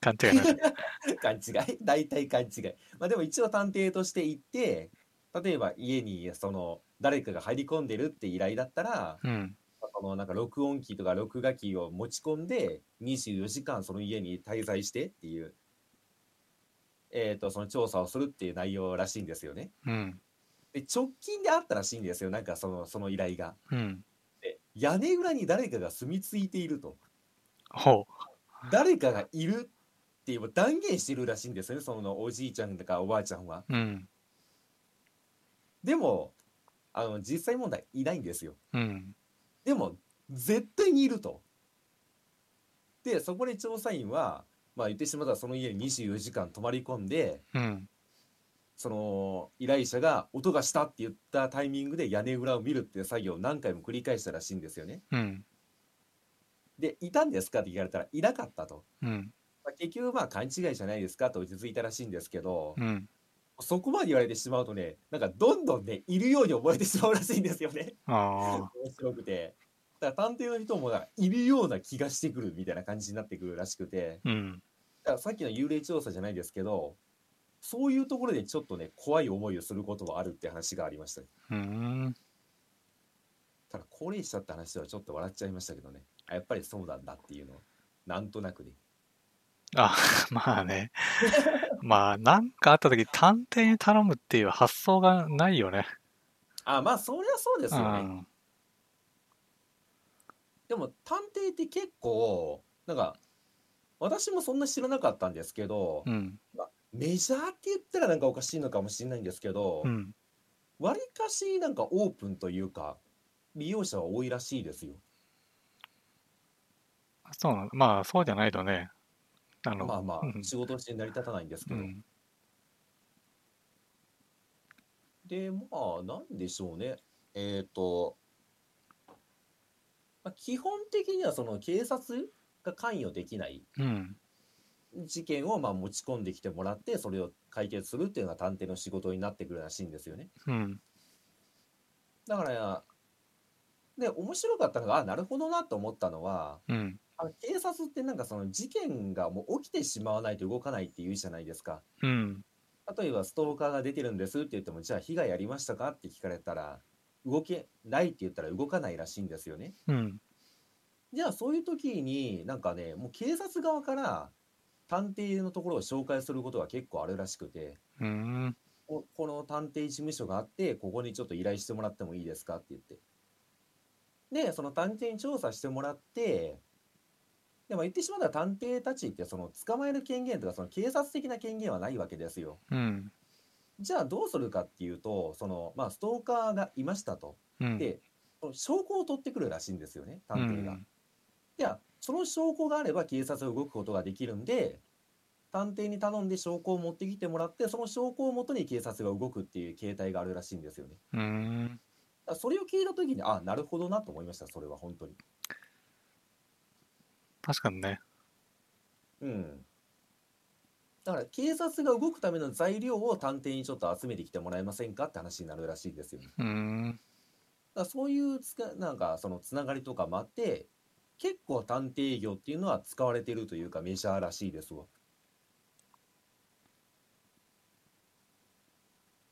[SPEAKER 1] 勘違い な。
[SPEAKER 2] 勘違い、大 体勘違い。まあ、でも一応探偵として行って、例えば家に、その、誰かが入り込んでるって依頼だったら、
[SPEAKER 1] うん。
[SPEAKER 2] そのなんか録音機とか録画機を持ち込んで24時間その家に滞在してっていう、えー、とその調査をするっていう内容らしいんですよね。
[SPEAKER 1] うん。
[SPEAKER 2] で直近であったらしいんですよなんかそのその依頼が。
[SPEAKER 1] うん。
[SPEAKER 2] で屋根裏に誰かが住み着いていると
[SPEAKER 1] ほ
[SPEAKER 2] 誰かがいるっていう断言してるらしいんですよねそのおじいちゃんとかおばあちゃんは。
[SPEAKER 1] う。うん。
[SPEAKER 2] でもあの実際問題いないんですよ。
[SPEAKER 1] うん。
[SPEAKER 2] でも絶対にいると。でそこで調査員は、まあ、言ってしまったらその家に24時間泊まり込んで
[SPEAKER 1] うん。
[SPEAKER 2] その依頼者が音がしたって言ったタイミングで屋根裏を見るっていう作業を何回も繰り返したらしいんですよね。
[SPEAKER 1] うん。
[SPEAKER 2] で「いたんですか?」って聞かれたら「いなかったと」
[SPEAKER 1] うん。
[SPEAKER 2] まあ、結局まあ勘違いじゃないですかと落ち着いたらしいんですけど、
[SPEAKER 1] うん。
[SPEAKER 2] そこまで言われてしまうとねなんかどんどんねいるように思えてしまうらしいんですよね。
[SPEAKER 1] あ
[SPEAKER 2] 面白くて。だから探偵の人もなんかいるような気がしてくるみたいな感じになってくるらしくて、
[SPEAKER 1] あ。うん。
[SPEAKER 2] だからさっきの幽霊調査じゃないですけど、そういうところでちょっとね、怖い思いをすることはあるって話がありました。
[SPEAKER 1] うーん。
[SPEAKER 2] ただ、高齢者って話はちょっと笑っちゃいましたけどね、あやっぱりそうなんだっていうのを、なんとなくね。
[SPEAKER 1] あ、 まあね。まあ、なんかあった時、探偵に頼むっていう発想がないよね。
[SPEAKER 2] あ、まあ、そりゃそうです
[SPEAKER 1] う
[SPEAKER 2] よね。
[SPEAKER 1] ん。
[SPEAKER 2] でも、探偵って結構、なんか、私もそんな知らなかったんですけど
[SPEAKER 1] う、ん。
[SPEAKER 2] メジャーって言ったらなんかおかしいのかもしれないんですけど、
[SPEAKER 1] うん。
[SPEAKER 2] わりかしなんかオープンというか利用者は多いらしいですよ。
[SPEAKER 1] そうなの。まあ、そうじゃないとね。あの、
[SPEAKER 2] まあま
[SPEAKER 1] う
[SPEAKER 2] あ
[SPEAKER 1] ん
[SPEAKER 2] 仕事として成り立たないんですけ
[SPEAKER 1] う
[SPEAKER 2] ど。
[SPEAKER 1] ん。
[SPEAKER 2] でまあなんでしょうねえっ、と、まあ、基本的にはその警察が関与できない
[SPEAKER 1] うん。
[SPEAKER 2] 事件をまあ持ち込んできてもらってそれを解決するっていうのが探偵の仕事になってくるらしいんですよね。
[SPEAKER 1] うん。
[SPEAKER 2] だからで面白かったのがあなるほどなと思ったのは
[SPEAKER 1] うん。
[SPEAKER 2] あの警察ってなんかその事件がもう起きてしまわないと動かないって言うじゃないですか。
[SPEAKER 1] うん。
[SPEAKER 2] 例えばストーカーが出てるんですって言っても、じゃあ被害ありましたかって聞かれたら、動けないって言ったら動かないらしいんですよね。
[SPEAKER 1] うん。
[SPEAKER 2] じゃあそういう時になんかね、もう警察側から探偵のところを紹介することが結構あるらしくて、
[SPEAKER 1] うん。
[SPEAKER 2] ここの探偵事務所があって、ここにちょっと依頼してもらってもいいですかって言って。で、その探偵に調査してもらって、でも言ってしまったら探偵たちってその捕まえる権限とかその警察的な権限はないわけですよ。
[SPEAKER 1] うん。
[SPEAKER 2] じゃあどうするかっていうと、そのまあ、ストーカーがいましたと。
[SPEAKER 1] うん。
[SPEAKER 2] で、その証拠を取ってくるらしいんですよね、
[SPEAKER 1] う
[SPEAKER 2] 探偵が。
[SPEAKER 1] ん。
[SPEAKER 2] じゃあ、その証拠があれば警察が動くことができるんで、探偵に頼んで証拠を持ってきてもらって、その証拠をもとに警察が動くっていう形態があるらしいんですよね。
[SPEAKER 1] うん。
[SPEAKER 2] だからそれを聞いたときに、あなるほどなと思いました、それは本当に。
[SPEAKER 1] 確かにね。
[SPEAKER 2] うん。だから警察が動くための材料を探偵にちょっと集めてきてもらえませんかって話になるらしいんですよね。
[SPEAKER 1] うん。
[SPEAKER 2] だからそういうつかなんかそのつながりとかもあって結構探偵業っていうのは使われてるというかメジャーらしいですわ。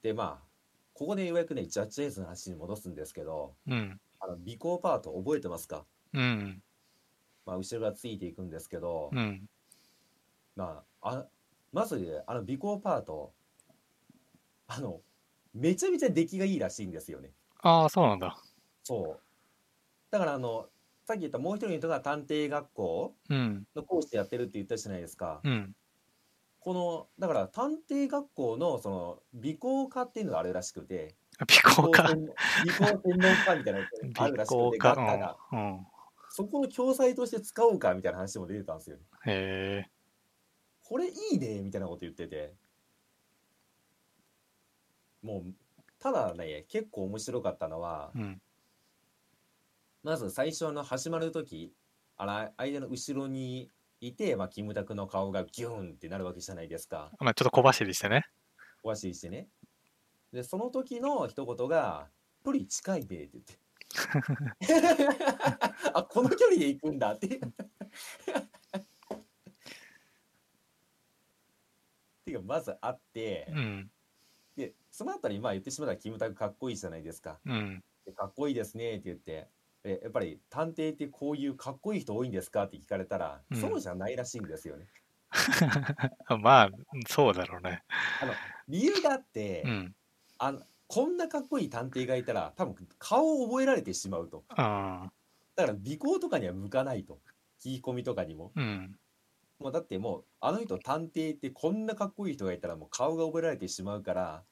[SPEAKER 2] でまあここでようやくねジャッジエイズの話に戻すんですけど
[SPEAKER 1] うん。
[SPEAKER 2] あの尾行パート覚えてますか、
[SPEAKER 1] うん。
[SPEAKER 2] まあ、後ろがついていくんですけど、
[SPEAKER 1] うん。
[SPEAKER 2] まあ、あまずねあの尾行パートあのめちゃめちゃ出来がいいらしいんですよね。
[SPEAKER 1] ああ、そうなんだ。
[SPEAKER 2] そう。だからあの、さっき言ったもう一人の人が探偵学校
[SPEAKER 1] うん。
[SPEAKER 2] の講師やってるって言ったじゃないですか。
[SPEAKER 1] うん。
[SPEAKER 2] この、だから探偵学校のその、美工科っていうのがあるらしくて、
[SPEAKER 1] 尾行か。
[SPEAKER 2] 美工専門美工専門科みたいなのがある
[SPEAKER 1] 尾
[SPEAKER 2] らしく
[SPEAKER 1] 行
[SPEAKER 2] て、
[SPEAKER 1] か
[SPEAKER 2] 学科が。。
[SPEAKER 1] うん。
[SPEAKER 2] そこの共済として使おうかみたいな話も出てたんですよね。
[SPEAKER 1] へえ
[SPEAKER 2] これいいねみたいなこと言っててもうただね結構面白かったのは
[SPEAKER 1] うん
[SPEAKER 2] まず最初の始まる時あら相手の後ろにいて、まあ、キムタクの顔がギューンってなるわけじゃないですか
[SPEAKER 1] まあちょっと小走りしてね
[SPEAKER 2] おわしいしてねでその時の一言が「距離近いで」って言ってあこの距離で行くんだってっていうかまず会って、
[SPEAKER 1] うん
[SPEAKER 2] でその後にまあ言ってしまったらキムタクかっこいいじゃないですか。
[SPEAKER 1] うん
[SPEAKER 2] でかっこいいですねって言って。えやっぱり探偵ってこういうかっこいい人多いんですかって聞かれたら、
[SPEAKER 1] うん
[SPEAKER 2] そうじゃないらしいんですよね。
[SPEAKER 1] まあそうだろうね
[SPEAKER 2] 理由があって、
[SPEAKER 1] うん
[SPEAKER 2] あのこんなかっこいい探偵がいたら多分顔を覚えられてしまうと
[SPEAKER 1] あ
[SPEAKER 2] だから尾行とかには向かないと聞き込みとかにも
[SPEAKER 1] ーうん
[SPEAKER 2] もうだってもうあの人探偵ってこんなかっこいい人がいたらもう顔が覚えられてしまうから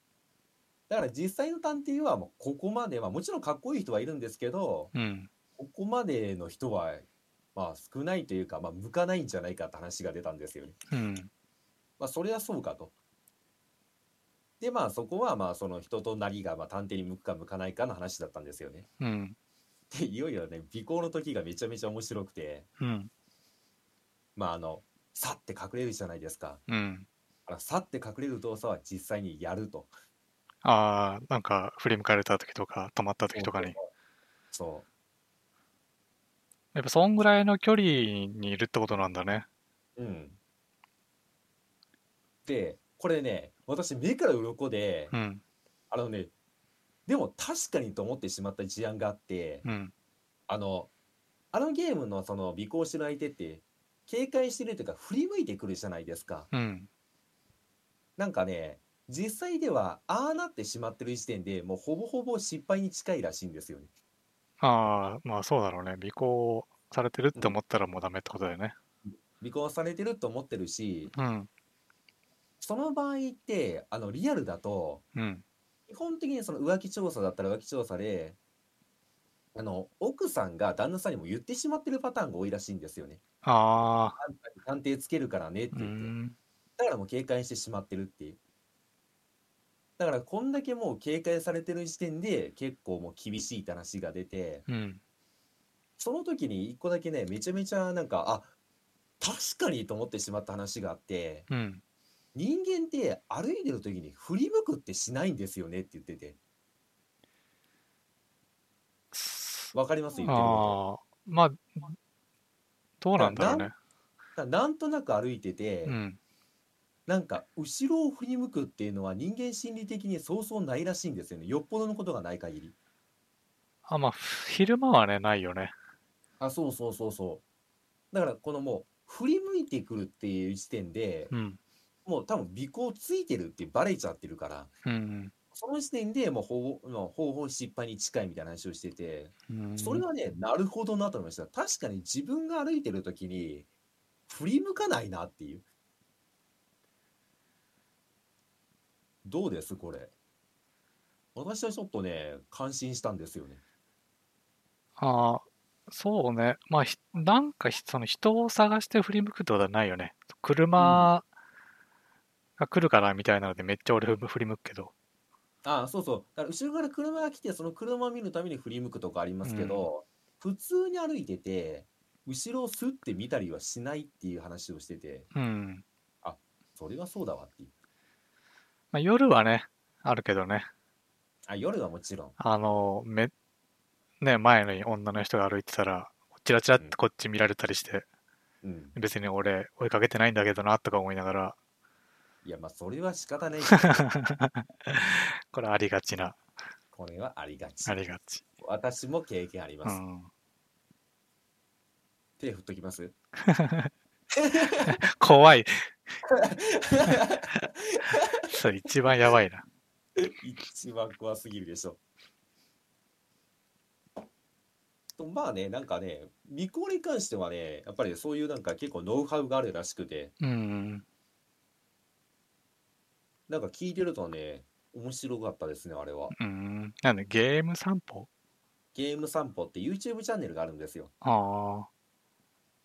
[SPEAKER 2] だから実際の探偵はもうここまで、まあ、もちろんかっこいい人はいるんですけど
[SPEAKER 1] うん
[SPEAKER 2] ここまでの人はまあ少ないというか、まあ、向かないんじゃないかって話が出たんですよね。
[SPEAKER 1] うん
[SPEAKER 2] まあ、それはそうかと。でまあそこはまあその人となりがまあ探偵に向くか向かないかの話だったんですよね。
[SPEAKER 1] うん
[SPEAKER 2] でいよいよね尾行の時がめちゃめちゃ面白くて
[SPEAKER 1] うん
[SPEAKER 2] まああのさって隠れるじゃないですか。
[SPEAKER 1] うん
[SPEAKER 2] あのさって隠れる動作は実際にやると。
[SPEAKER 1] ああなんか振り向かれた時とか止まった時とかに
[SPEAKER 2] そ
[SPEAKER 1] やっぱそんぐらいの距離にいるってことなんだね
[SPEAKER 2] う。うん。でこれね私目から鱗で、
[SPEAKER 1] うん
[SPEAKER 2] あのねでも確かにと思ってしまった事案があって。
[SPEAKER 1] うん
[SPEAKER 2] あの、あのゲームのその尾行してる相手って、警戒してるというか、振り向いてくるじゃないですか。
[SPEAKER 1] うん
[SPEAKER 2] なんかね、実際では、ああなってしまってる時点でもうほぼほぼ失敗に近いらしいんですよね。
[SPEAKER 1] ああまあそうだろうね尾行されてるって思ったらもうダメってことだよね
[SPEAKER 2] 尾行されてると思ってるし、
[SPEAKER 1] うん
[SPEAKER 2] その場合って、あの、リアルだと、
[SPEAKER 1] うん
[SPEAKER 2] 基本的にその浮気調査だったら浮気調査で、あの、奥さんが旦那さんにも言ってしまってるパターンが多いらしいんですよね。
[SPEAKER 1] ああ
[SPEAKER 2] 探偵つけるからねって
[SPEAKER 1] う
[SPEAKER 2] 言って。
[SPEAKER 1] ん
[SPEAKER 2] だからもう警戒してしまってるっていう。だからこんだけもう警戒されてる時点で結構もう厳しいって話が出て、
[SPEAKER 1] うん
[SPEAKER 2] その時に一個だけね、めちゃめちゃなんか、あ、確かにと思ってしまった話があって、
[SPEAKER 1] うん
[SPEAKER 2] 人間って歩いてる時に振り向くってしないんですよねって言ってて、わかります言ってるこ
[SPEAKER 1] ああまあどうなんだろうね
[SPEAKER 2] と。だからなんとなく歩いてて、
[SPEAKER 1] うん
[SPEAKER 2] なんか後ろを振り向くっていうのは人間心理的にそうそうないらしいんですよね。よっぽどのことがない限り。
[SPEAKER 1] あまあ昼間はねないよね
[SPEAKER 2] あ、そうそうそうそう。だからこのもう振り向いてくるっていう時点で、
[SPEAKER 1] うん
[SPEAKER 2] もう多分尾行ついてるってバレちゃってるから、
[SPEAKER 1] うん
[SPEAKER 2] その時点でもうほぼ、もうほぼ失敗に近いみたいな話をしてて、
[SPEAKER 1] うん
[SPEAKER 2] それはね、なるほどなと思いました。確かに自分が歩いてる時に振り向かないなっていう。どうですこれ。私はちょっとね、感心したんですよね。
[SPEAKER 1] ああ、そうね。まあ、ひなんかひその人を探して振り向くってことはないよね。車が来るからみたいなので、めっちゃ俺ふ振り向くけど。
[SPEAKER 2] ああそうそうだから後ろから車が来てその車を見るために振り向くとかありますけど、普通に歩いてて後ろをスッて見たりはしないっていう話をしてて
[SPEAKER 1] うん。
[SPEAKER 2] それはそうだわっていう
[SPEAKER 1] まあ、夜はね、あるけどね。
[SPEAKER 2] あ夜はもちろん
[SPEAKER 1] あの、め、ね、前の女の人が歩いてたら、チラチラってこっち見られたりして、
[SPEAKER 2] うん
[SPEAKER 1] 別に俺追いかけてないんだけどな、とか思いながら、
[SPEAKER 2] いやまあそれは仕方ないけど
[SPEAKER 1] これありがちな、
[SPEAKER 2] これはありがち
[SPEAKER 1] ありがち。
[SPEAKER 2] 私も経験ありま
[SPEAKER 1] う
[SPEAKER 2] す、
[SPEAKER 1] ん。
[SPEAKER 2] 手振っときます
[SPEAKER 1] 怖 い。それ一番やばいな。
[SPEAKER 2] 一番怖すぎるでしょとまあねなんかね尾行に関してはねやっぱりそういうなんか結構ノウハウがあるらしくて
[SPEAKER 1] うん。
[SPEAKER 2] なんか聞いてるとね、面白かったですね、あれは。
[SPEAKER 1] うん。なんで、ゲーム散歩
[SPEAKER 2] ゲーム散歩って YouTube チャンネルがあるんですよ。
[SPEAKER 1] ああ。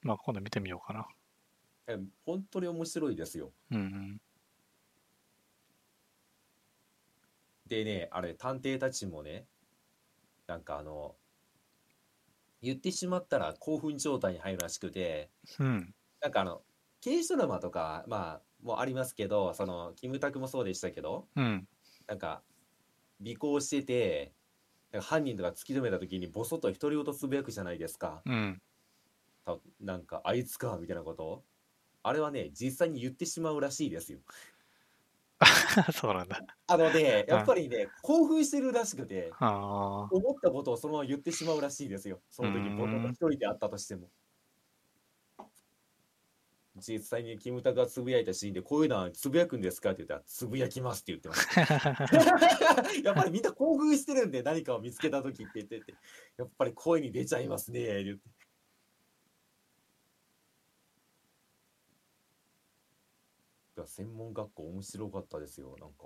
[SPEAKER 1] まあ、今度見てみようかな。
[SPEAKER 2] え本当に面白いですよ。
[SPEAKER 1] うんうん。
[SPEAKER 2] でね、あれ、探偵たちもね、なんかあの、言ってしまったら興奮状態に入るらしくて、
[SPEAKER 1] うん。
[SPEAKER 2] なんかあの、刑事ドラマとか、まあ、もありますけど、その、キムタクもそうでしたけど、
[SPEAKER 1] うん。
[SPEAKER 2] なんか、尾行してて、なんか犯人とか突き止めた時に、ボソッと独り言つぶやくじゃないですか。
[SPEAKER 1] うん。
[SPEAKER 2] たなんか、あいつか、みたいなこと。あれはね、実際に言ってしまうらしいですよ。
[SPEAKER 1] そうなんだ。
[SPEAKER 2] あのね、
[SPEAKER 1] うん
[SPEAKER 2] やっぱりね、興奮してるらしくて、
[SPEAKER 1] ああ。
[SPEAKER 2] 思ったことをそのまま言ってしまうらしいですよ。その時
[SPEAKER 1] うーん
[SPEAKER 2] 僕が一人であったとしても。実際にキムタクがつぶやいたシーンでこういうのはつぶやくんですかって言ったらつぶやきますって言って ました。やっぱりみんな興奮してるんで何かを見つけた時って言っててやっぱり声に出ちゃいますねって言っていや専門学校面白かったですよなんか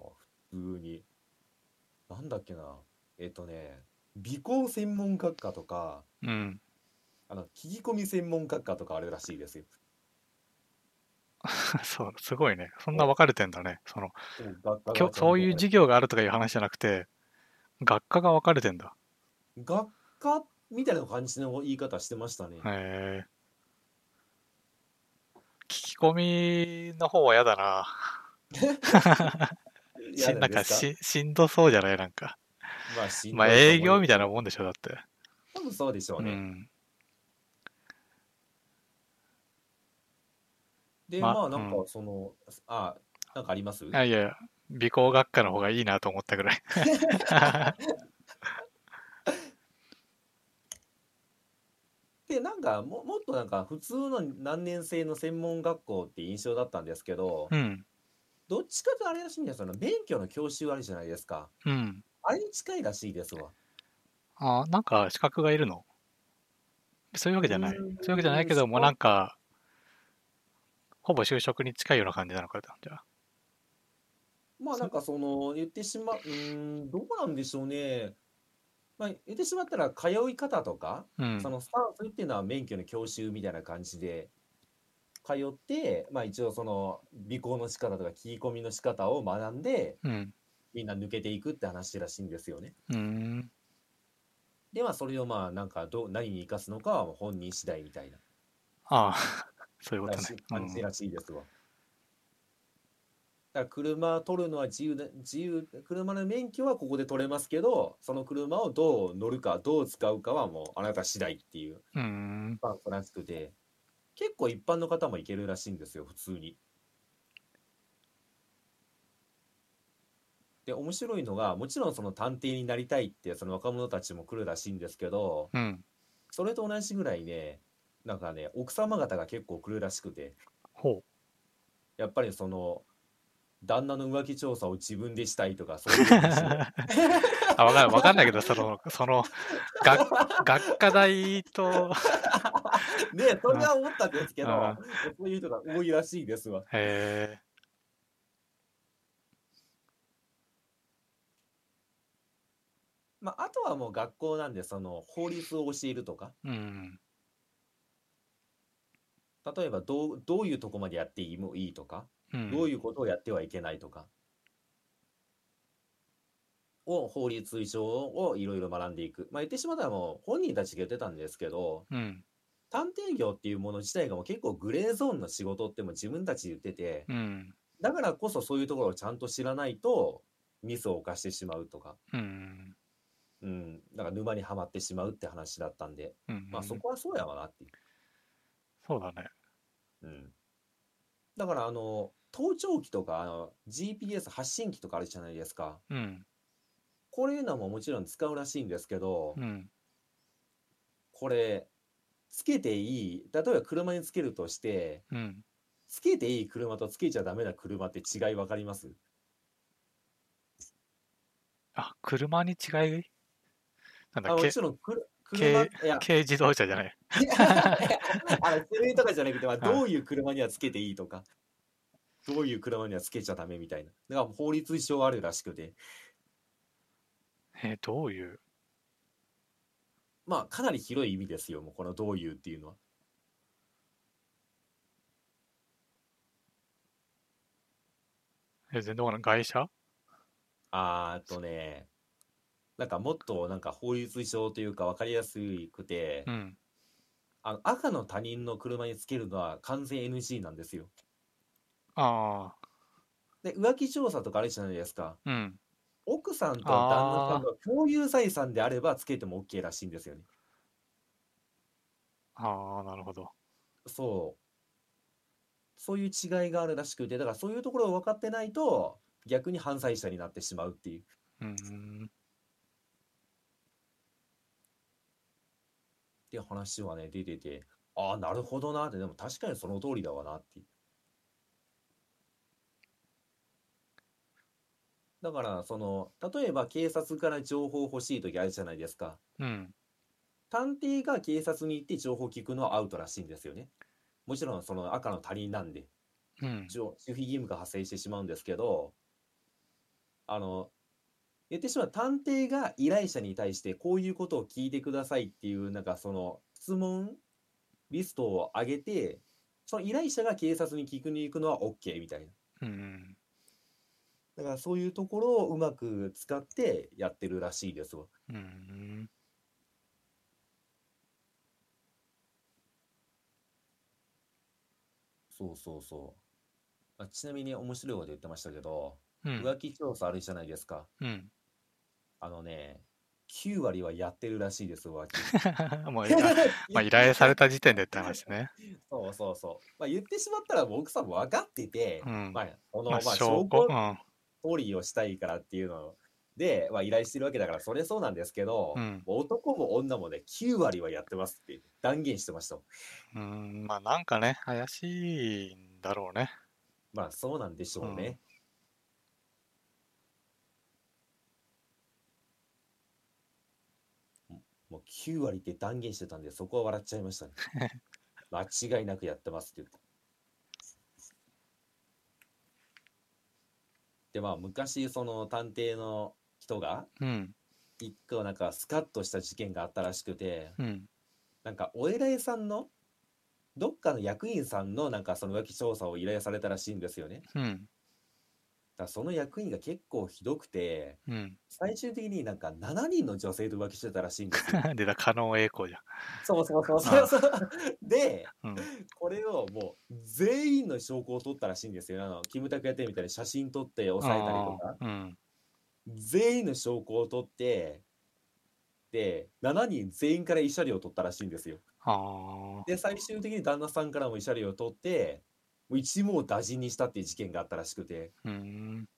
[SPEAKER 2] 普通になんだっけなえっとね美工専門学科とか
[SPEAKER 1] うん。
[SPEAKER 2] あの聞き込み専門学科とかあるらしいですよ。
[SPEAKER 1] そう、すごいね。そんな分かれてんだね。その、
[SPEAKER 2] 学科が
[SPEAKER 1] きょそういう
[SPEAKER 2] ちゃん
[SPEAKER 1] 授業があるとかいう話じゃなくて、学科が分かれてんだ。
[SPEAKER 2] と学科みたいな感じの言い方してましたね。
[SPEAKER 1] へえ。聞き込みの方は嫌だな。
[SPEAKER 2] い
[SPEAKER 1] し
[SPEAKER 2] や
[SPEAKER 1] なんか
[SPEAKER 2] です
[SPEAKER 1] ししんどそうじゃないなんか。
[SPEAKER 2] まあしんどい
[SPEAKER 1] まあ営業み
[SPEAKER 2] たい
[SPEAKER 1] たいなもんでしょ、だって。
[SPEAKER 2] な。多分そうでしょう
[SPEAKER 1] う
[SPEAKER 2] ね。
[SPEAKER 1] ん。
[SPEAKER 2] で、
[SPEAKER 1] ま
[SPEAKER 2] まあなんか
[SPEAKER 1] う
[SPEAKER 2] その、あ、なんかあります
[SPEAKER 1] あいやいや、美工学科の方がいいなと思ったぐら い。
[SPEAKER 2] で、なんかももっとなんか普通の何年生の専門学校って印象だったんですけど、
[SPEAKER 1] うん。
[SPEAKER 2] どっちかとあれらしいんですよ。その免許の教習あるじゃないですか。
[SPEAKER 1] うん。
[SPEAKER 2] あれに近いらしいですわ。
[SPEAKER 1] あなんか資格がいるのそういうわけじゃない。そううい
[SPEAKER 2] ーん
[SPEAKER 1] うわけじゃないけ
[SPEAKER 2] そ
[SPEAKER 1] ど
[SPEAKER 2] う
[SPEAKER 1] も、なんか、ほぼ就職に近いような感じなのか、じゃあ。
[SPEAKER 2] まあなんかその言ってしまううーんどうなんでしょうね、まあ、言ってしまったら通い方とか、
[SPEAKER 1] うん
[SPEAKER 2] そ。のスタンスっていうのは免許の教習みたいな感じで通って、まあ、一応その尾行の仕方とか聞き込みの仕方を学んで
[SPEAKER 1] うん。
[SPEAKER 2] みんな抜けていくって話らしいんですよね。
[SPEAKER 1] うーん。
[SPEAKER 2] でまあそれをまあなんかどう何に生かすのかはもう本人次第みたいな
[SPEAKER 1] ああ、 そういうこと
[SPEAKER 2] らし
[SPEAKER 1] ね
[SPEAKER 2] い。感じらしいですわ。だから車取るのは自由な自由車の免許はここで取れますけどその車をどう乗るかどう使うかはもうあなた次第っていう
[SPEAKER 1] うん。うん。
[SPEAKER 2] まあらしくて結構一般の方も行けるらしいんですよ普通に。で面白いのがもちろんその探偵になりたいってその若者たちも来るらしいんですけど
[SPEAKER 1] うん。
[SPEAKER 2] それと同じぐらいねなんかね奥様方が結構来るらしくて。
[SPEAKER 1] ほ
[SPEAKER 2] やっぱりその旦那の浮気調査を自分でしたいとかそういう話を
[SPEAKER 1] う。あ、わかんない、わかんないけど、その、その、学、学科大と、
[SPEAKER 2] ねそれ は思ったんですけど
[SPEAKER 1] あ
[SPEAKER 2] そういう人が多いらしいですわ
[SPEAKER 1] へえ。
[SPEAKER 2] まああとはもう学校なんでその法律を教えるとか
[SPEAKER 1] うん。
[SPEAKER 2] 例えばどうどういうとこまでやっていいもいいとか
[SPEAKER 1] うん。
[SPEAKER 2] どういうことをやってはいけないとかを法律上をいろいろ学んでいくまあ言ってしまったらもう本人たちが言ってたんですけど
[SPEAKER 1] うん。
[SPEAKER 2] 探偵業っていうもの自体がもう結構グレーゾーンの仕事ってもう自分たちで言ってて
[SPEAKER 1] うん。
[SPEAKER 2] だからこそそういうところをちゃんと知らないとミスを犯してしまうとか、
[SPEAKER 1] うん。
[SPEAKER 2] うん、なんか沼にはまってしまうって話だったんで、
[SPEAKER 1] うん。
[SPEAKER 2] まあそこはそうやわなってい
[SPEAKER 1] そうだね。
[SPEAKER 2] う。うん、だからあの、盗聴器とかあの GPS 発信機とかあるじゃないですか。
[SPEAKER 1] うん。
[SPEAKER 2] こういうのももちろん使うらしいんですけど、
[SPEAKER 1] うん。
[SPEAKER 2] これ、つけていい、例えば車につけるとして、
[SPEAKER 1] うん。
[SPEAKER 2] つけていい車とつけちゃダメな車って違いわかります
[SPEAKER 1] あ、車に違いなんだ
[SPEAKER 2] あ
[SPEAKER 1] っ
[SPEAKER 2] も
[SPEAKER 1] け
[SPEAKER 2] ちろんくる、車、いや、
[SPEAKER 1] 軽自動車じゃない。
[SPEAKER 2] あの種類とかじゃなくて、まあ、どういう車にはつけていいとか、どういう車にはつけちゃダメみたいな。だから法律上あるらしくて、
[SPEAKER 1] えーどういう
[SPEAKER 2] まあかなり広い意味ですよもうこの「どういう」っていうのは。
[SPEAKER 1] え、全然わからん。外車
[SPEAKER 2] あーっとねなんかもっとなんか法律上というか分かりやすくて、
[SPEAKER 1] うん。
[SPEAKER 2] あの赤の他人の車につけるのは完全 NG なんですよ。
[SPEAKER 1] あ
[SPEAKER 2] で浮気調査とかあるじゃないですか。
[SPEAKER 1] あ、うん。
[SPEAKER 2] 奥さんと旦那さんの共有財産であればつけても OK らしいんですよね。
[SPEAKER 1] ああ、なるほど。
[SPEAKER 2] そう。そういう違いがあるらしくて、だからそういうところを分かってないと、逆に犯罪者になってしまうっていう。
[SPEAKER 1] うん。
[SPEAKER 2] っていう話はね、出てて、ああ、なるほどなって、でも確かにその通りだわなっていう。だから、その、例えば警察から情報欲しい時あるじゃないですか。
[SPEAKER 1] うん。
[SPEAKER 2] 探偵が警察に行って情報聞くのはアウトらしいんですよね。もちろん、その赤の他人なんで。
[SPEAKER 1] うん。
[SPEAKER 2] じょ守秘義務が発生してしまうんですけどあの言ってしまう探偵が依頼者に対してこういうことを聞いてくださいっていうなんかその質問リストを上げてその依頼者が警察に聞くに行くのは OK みたいな
[SPEAKER 1] うん。
[SPEAKER 2] だからそういうところをうまく使ってやってるらしいですわ
[SPEAKER 1] うん。
[SPEAKER 2] そうそうそうあちなみに面白いこと言ってましたけど
[SPEAKER 1] うん。
[SPEAKER 2] 浮気調査あるじゃないですか
[SPEAKER 1] うん。
[SPEAKER 2] あのね9割はやってるらしいです浮気
[SPEAKER 1] もう依頼、まあ、依頼された時点でって話ね。
[SPEAKER 2] そうそうそう。まあ、言ってしまったらもう奥さんも分かってて、
[SPEAKER 1] うん。
[SPEAKER 2] まあ、この、
[SPEAKER 1] ま
[SPEAKER 2] ま
[SPEAKER 1] あ、
[SPEAKER 2] あ、証
[SPEAKER 1] 証拠。
[SPEAKER 2] 拠取りをしたいからっていうので、まあ、依頼してるわけだから、それそうなんですけど、
[SPEAKER 1] うん。うん。
[SPEAKER 2] 男も女もね、9割はやってますって断言してましたもん。
[SPEAKER 1] うん。まあ、なんかね、怪しいんだろうね。
[SPEAKER 2] まあ、そうなんでしょうね。もう9割って断言してたんで、そこは笑っちゃいましたね。間違いなくやってますって言って。で、まあ、昔、その探偵の人が、
[SPEAKER 1] うん。
[SPEAKER 2] 一個なんかスカッとした事件があったらしくて、
[SPEAKER 1] うん。
[SPEAKER 2] なんかお偉いさんの、どっかの役員さんのなんかその浮気調査を依頼されたらしいんですよね。
[SPEAKER 1] うん。
[SPEAKER 2] だからその役員が結構ひどくて、
[SPEAKER 1] うん。
[SPEAKER 2] 最終的になんか7人の女性と浮気してたらしいんですよ。
[SPEAKER 1] で、だ、加納栄光じ
[SPEAKER 2] そうそうそうそうそう。 で、
[SPEAKER 1] ゃん。うん。
[SPEAKER 2] これをもう全員の証拠を取ったらしいんですよ。あの、キムタクやってるみたいに写真撮って押さえたりとか、
[SPEAKER 1] あーうん。
[SPEAKER 2] 全員の証拠を取って、で、7人全員から慰謝料を取ったらしいんですよ。
[SPEAKER 1] あ
[SPEAKER 2] で、最終的に旦那さんからも慰謝料を取って、もう一網打尽にしたっていう事件があったらしくて、
[SPEAKER 1] あ。うん。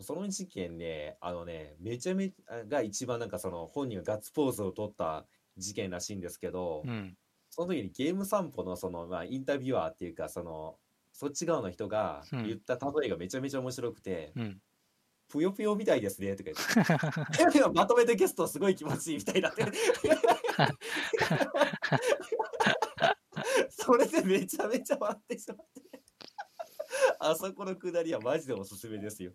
[SPEAKER 2] その事件ね、あのね、めちゃめちゃが一番なんかその本人がガッツポーズを取った事件らしいんですけど、
[SPEAKER 1] うん。
[SPEAKER 2] その時にゲーム散歩のその、まあ、インタビュアーっていうか、その、そっち側の人が
[SPEAKER 1] うん
[SPEAKER 2] 言った例えがめちゃめちゃ面白くて、
[SPEAKER 1] うん。
[SPEAKER 2] ぷよぷよみたいですねとか言って、 まとめてゲストすごい気持ちいいみたいだって。 それでめちゃめちゃ笑ってしまって。あそこのくだりはマジでおすすめですよ。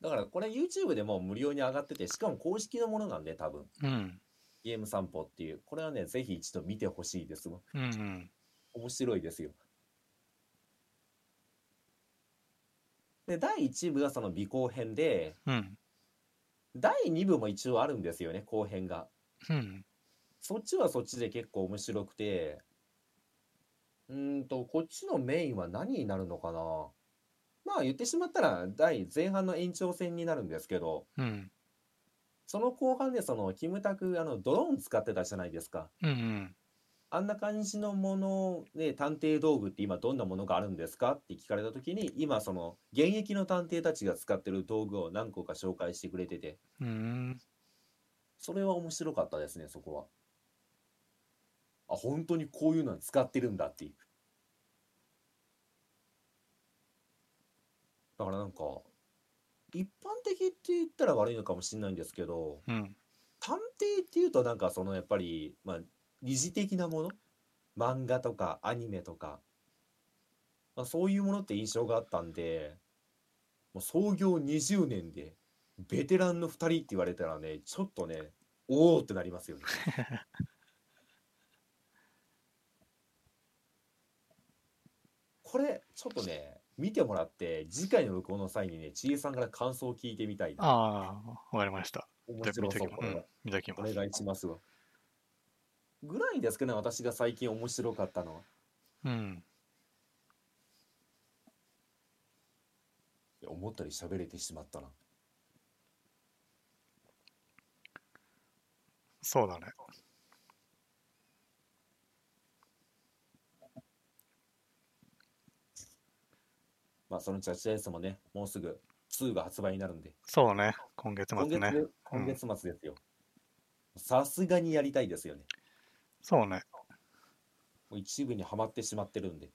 [SPEAKER 2] だからこれ YouTube でもう無料に上がってて、しかも公式のものなんで多分、
[SPEAKER 1] うん。
[SPEAKER 2] ゲーム散歩っていう。これはね、ぜひ一度見てほしいですわ。
[SPEAKER 1] うん。
[SPEAKER 2] 面白いですよ。で、第1部がその尾行編で、
[SPEAKER 1] うん。
[SPEAKER 2] 第2部も一応あるんですよね、後編が。
[SPEAKER 1] うん。
[SPEAKER 2] そっちはそっちで結構面白くて、うーんと、こっちのメインは何になるのかな。まあ言ってしまったら、第前半の延長戦になるんですけど、
[SPEAKER 1] うん。
[SPEAKER 2] その後半でその、キムタク、あの、ドローン使ってたじゃないですか。
[SPEAKER 1] うん。うん。
[SPEAKER 2] あんな感じのもので探偵道具って今どんなものがあるんですかって聞かれた時に今その現役の探偵たちが使ってる道具を何個か紹介してくれてて
[SPEAKER 1] うん。
[SPEAKER 2] それは面白かったですねそこはあ本当にこういうのに使ってるんだっていうだからなんか一般的って言ったら悪いのかもしれないんですけど
[SPEAKER 1] うん。
[SPEAKER 2] 探偵っていうとなんかそのやっぱり、まあ、二次的なもの漫画とかアニメとか、まあ、そういうものって印象があったんでもう創業20年でベテランの2人って言われたらね、ちょっとね、おおってなりますよ ね。これ、ちょっとね、見てもらって、次回の録音の際にね、ちえさんから感想を聞いてみたいな。
[SPEAKER 1] ああ、わかりました。じゃあ見
[SPEAKER 2] 面白
[SPEAKER 1] と
[SPEAKER 2] そ
[SPEAKER 1] き
[SPEAKER 2] う、
[SPEAKER 1] ま
[SPEAKER 2] こ
[SPEAKER 1] す。う
[SPEAKER 2] れは
[SPEAKER 1] ん、見とき
[SPEAKER 2] お
[SPEAKER 1] ます。
[SPEAKER 2] 願いしますわ。ぐらいですけどね、私が最近面白かったのは。
[SPEAKER 1] うん。
[SPEAKER 2] いや思ったより喋れてしまったな。
[SPEAKER 1] そうだね。
[SPEAKER 2] まあ、そのチャチアイスもね、もうすぐ2が発売になるんで、
[SPEAKER 1] そうね。今月
[SPEAKER 2] 今
[SPEAKER 1] 末
[SPEAKER 2] 月、
[SPEAKER 1] ね。
[SPEAKER 2] 今月末ですよ。さすがにやりたいですよね。
[SPEAKER 1] そうね。
[SPEAKER 2] もう一部にはまってしまってるんで。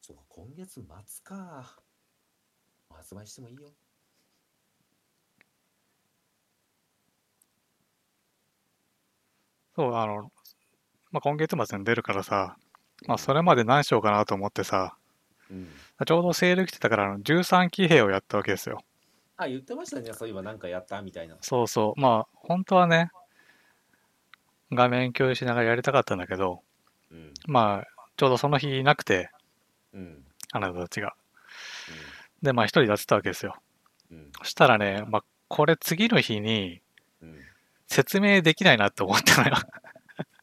[SPEAKER 2] そうか、今月末か。発売してもいいよ。
[SPEAKER 1] そう、あの、まあ、今月末に出るからさ、まあ、それまで何しようかなと思ってさ、
[SPEAKER 2] うん。
[SPEAKER 1] ちょうどセール来てたから、あの13騎兵をやったわけですよ。
[SPEAKER 2] あ、言ってましたね。そういえばなんかやったみたいな。
[SPEAKER 1] そうそう。まあ、本当はね、画面共有しながらやりたかったんだけど、
[SPEAKER 2] うん。
[SPEAKER 1] まあ、ちょうどその日いなくて、
[SPEAKER 2] うん。
[SPEAKER 1] あなたたちが。で、まあ、一人でやってたわけですよ。
[SPEAKER 2] うん。
[SPEAKER 1] そしたらね、まあ、これ次の日に
[SPEAKER 2] うん。
[SPEAKER 1] 説明できないなと思ったのよ。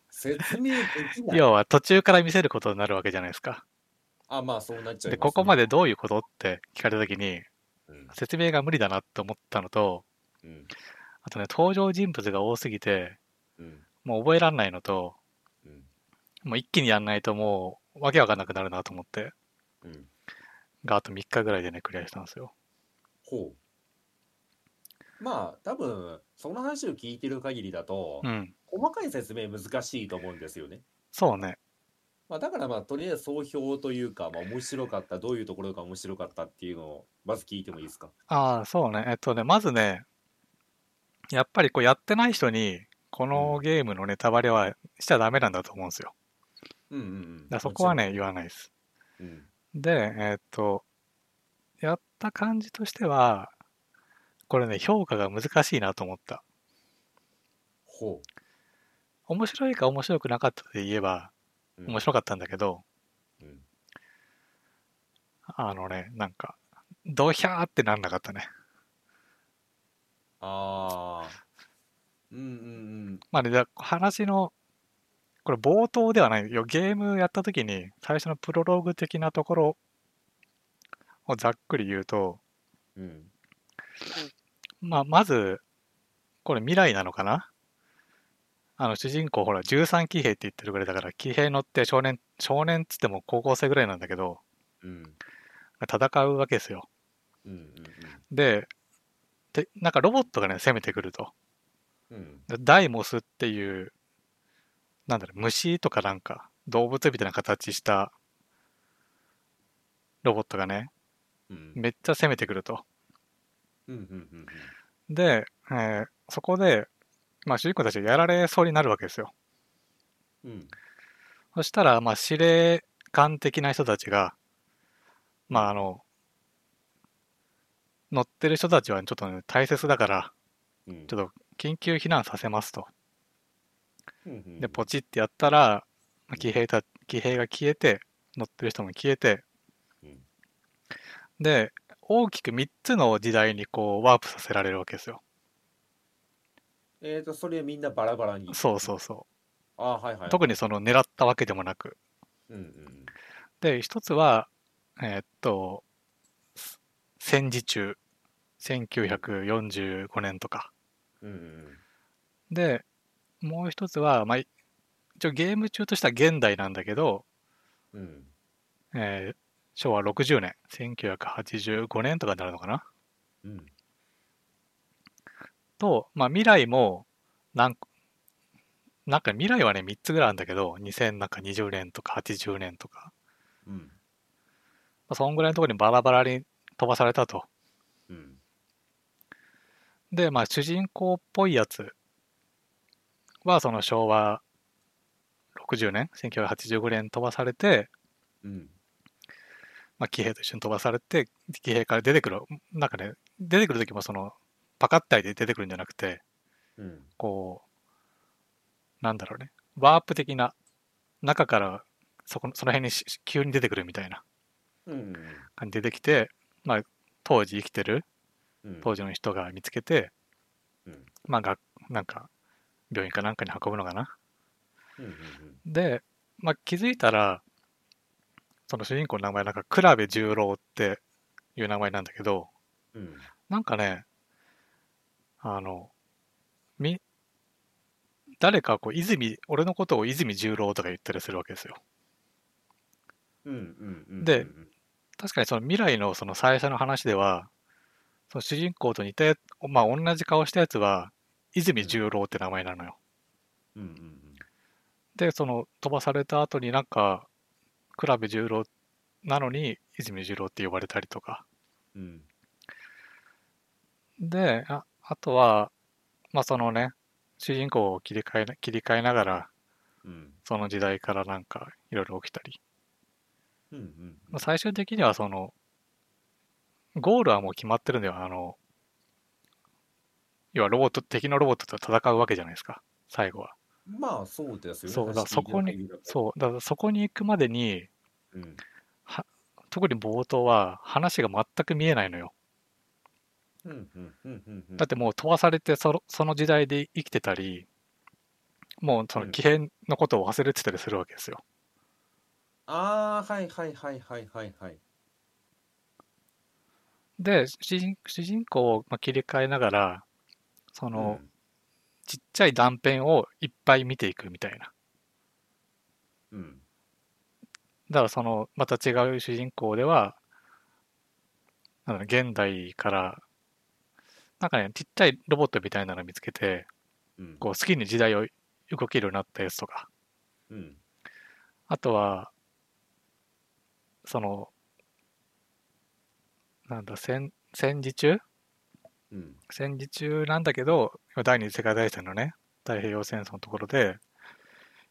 [SPEAKER 2] 説明できない。
[SPEAKER 1] 要は途中から見せることになるわけじゃないですか。
[SPEAKER 2] あ、まあそうなっちゃいます、ね。
[SPEAKER 1] で、ここまでどういうことって聞かれた時に、
[SPEAKER 2] うん。
[SPEAKER 1] 説明が無理だなって思ったのと、
[SPEAKER 2] うん。
[SPEAKER 1] あとね、登場人物が多すぎて、
[SPEAKER 2] うん。
[SPEAKER 1] もう覚えらんないのと、
[SPEAKER 2] うん。
[SPEAKER 1] もう一気にやんないともう、わけわかんなくなるなと思って、
[SPEAKER 2] うん。
[SPEAKER 1] があと3日ぐらいでね、クリアしたんですよ。
[SPEAKER 2] ほう。まあ多分その話を聞いてる限りだと、
[SPEAKER 1] うん。
[SPEAKER 2] 細かい説明難しいと思うんですよね。
[SPEAKER 1] そうね。
[SPEAKER 2] まあ、だからまあとりあえず総評というか、まあ、面白かったどういうところが面白かったっていうのをまず聞いてもいいですか。
[SPEAKER 1] ああ、そうね。えっとね、まずね、やっぱりこうやってない人に、このゲームのネタバレはしちゃダメなんだと思うんですよ。
[SPEAKER 2] うんうんうん。
[SPEAKER 1] だからそこはね、言わないです。
[SPEAKER 2] もちろん。うん
[SPEAKER 1] で、えーっと、やった感じとしては、これね、評価が難しいなと思った。
[SPEAKER 2] ほ
[SPEAKER 1] 面白いか面白くなかったで言えば、
[SPEAKER 2] う。うん
[SPEAKER 1] 面白かったんだけど、
[SPEAKER 2] うん
[SPEAKER 1] あのね、なんか、ドヒャーってなんなかったね。
[SPEAKER 2] ああ。うんうん
[SPEAKER 1] まあね、じゃあ話の、これ冒頭ではないよ。ゲームやった時に、最初のプロローグ的なところをざっくり言うと、
[SPEAKER 2] うん。うん。
[SPEAKER 1] まあ、まず、これ未来なのかなあの、主人公、ほら、13騎兵って言ってるぐらいだから、騎兵乗って少年、少年っつっても高校生ぐらいなんだけど、
[SPEAKER 2] うん
[SPEAKER 1] 戦うわけですよ。
[SPEAKER 2] うんうん
[SPEAKER 1] で、で、なんかロボットがね、攻めてくると。
[SPEAKER 2] うん。うん。
[SPEAKER 1] でダイモスっていう、なんだろう、虫とかなんか、動物みたいな形したロボットがね、
[SPEAKER 2] うん
[SPEAKER 1] めっちゃ攻めてくると。
[SPEAKER 2] うんうんうん
[SPEAKER 1] で、えーそこで、まあ、主人公たちがやられそうになるわけですよ。
[SPEAKER 2] うんうん
[SPEAKER 1] そしたら、まあ、司令官的な人たちが、まあ、あの、乗ってる人たちはちょっとね、大切だから、
[SPEAKER 2] うん
[SPEAKER 1] ちょっと緊急避難させますと。
[SPEAKER 2] うんうん
[SPEAKER 1] で、ポチってやったら、まあ騎兵た、騎兵が消えて、乗ってる人も消えて
[SPEAKER 2] うん、
[SPEAKER 1] で、大きく3つの時代にこう、ワープさせられるわけですよ。
[SPEAKER 2] えーとそれみんなバラバラに
[SPEAKER 1] そうそうそ
[SPEAKER 2] ああはいは
[SPEAKER 1] う。
[SPEAKER 2] い
[SPEAKER 1] 特にその狙ったわけでもなく。
[SPEAKER 2] うんうん
[SPEAKER 1] で、一つは、えーっと、す戦時中、1945年とか。
[SPEAKER 2] うんうん
[SPEAKER 1] で、もう一つは、まあ、い一応ゲーム中としては現代なんだけど、
[SPEAKER 2] うんうん
[SPEAKER 1] えー昭和60年、1985年とかになるのかな
[SPEAKER 2] うん
[SPEAKER 1] と、まあ、未来も、なんか、なんか未来はね、3つぐらいあるんだけど、2020年とか80年とか、
[SPEAKER 2] うん
[SPEAKER 1] まあそんぐらいのところにバラバラに飛ばされたと。
[SPEAKER 2] うん
[SPEAKER 1] で、まあ、主人公っぽいやつは、その昭和1960年、1985年飛ばされて、
[SPEAKER 2] うん。
[SPEAKER 1] まあ、騎兵と一緒に飛ばされて、騎兵から出てくる、なんかね、出てくる時もその、パカッタイで出てくるんじゃなくて、
[SPEAKER 2] うん。
[SPEAKER 1] こう、なんだろうね、ワープ的な、中からそこのその辺にし急に出てくるみたいな
[SPEAKER 2] うん。
[SPEAKER 1] 感じで出てきて、まあ、当時生きてる
[SPEAKER 2] うん。
[SPEAKER 1] 当時の人が見つけて、
[SPEAKER 2] うん
[SPEAKER 1] まあがなんか病院かなんかに運ぶのかな
[SPEAKER 2] うんうん
[SPEAKER 1] で、まあ、気づいたらその主人公の名前なんか倉部十郎っていう名前なんだけど
[SPEAKER 2] うん。うん。
[SPEAKER 1] なんかねあのみ誰かこう泉俺のことを泉十郎とか言ったりするわけですよ
[SPEAKER 2] うんうんうん。
[SPEAKER 1] で
[SPEAKER 2] うん
[SPEAKER 1] 確かにその未来のその最初の話ではその主人公と似たやつまあ同じ顔したやつは泉十郎って名前なのよ
[SPEAKER 2] うんうん。
[SPEAKER 1] でその飛ばされた後になんか倉部十郎なのに泉十郎って呼ばれたりとか
[SPEAKER 2] うん。
[SPEAKER 1] でああとはまあそのね主人公を切り替えな切り替えながら
[SPEAKER 2] うん。
[SPEAKER 1] その時代からなんかいろいろ起きたり、
[SPEAKER 2] うんうん。
[SPEAKER 1] まあ、最終的にはそのゴールはもう決まってるんだよあの要はロボット敵のロボットと戦うわけじゃないですか最後は
[SPEAKER 2] まあ、そうですよね。
[SPEAKER 1] そうだから
[SPEAKER 2] 走
[SPEAKER 1] そ
[SPEAKER 2] り
[SPEAKER 1] こに
[SPEAKER 2] やってみれば
[SPEAKER 1] そうだからそこに行くまでに
[SPEAKER 2] うん。
[SPEAKER 1] 特に冒頭は話が全く見えないのよ
[SPEAKER 2] うんうんうんうんうん。
[SPEAKER 1] だってもう飛ばされてそのその時代で生きてたりもうそうの
[SPEAKER 2] ん
[SPEAKER 1] 騎兵のことを忘れてたりするわけですよ、
[SPEAKER 2] ああ、はいはいはいはいはいはい。
[SPEAKER 1] で主人主人公をまあ切り替えながらその、ちっちゃい断片をいっぱい見ていくみたいな
[SPEAKER 2] うん。うん。
[SPEAKER 1] だからそのまた違う主人公ではなんだろう現代からなんかねちっちゃいロボットみたいなの見つけて
[SPEAKER 2] うん。
[SPEAKER 1] こう好きに時代を動けるようになったやつとか
[SPEAKER 2] うん。
[SPEAKER 1] あとは、その、なんだ、戦戦時中
[SPEAKER 2] うん。
[SPEAKER 1] 戦時中なんだけど、今第二次世界大戦のね、太平洋戦争のところで、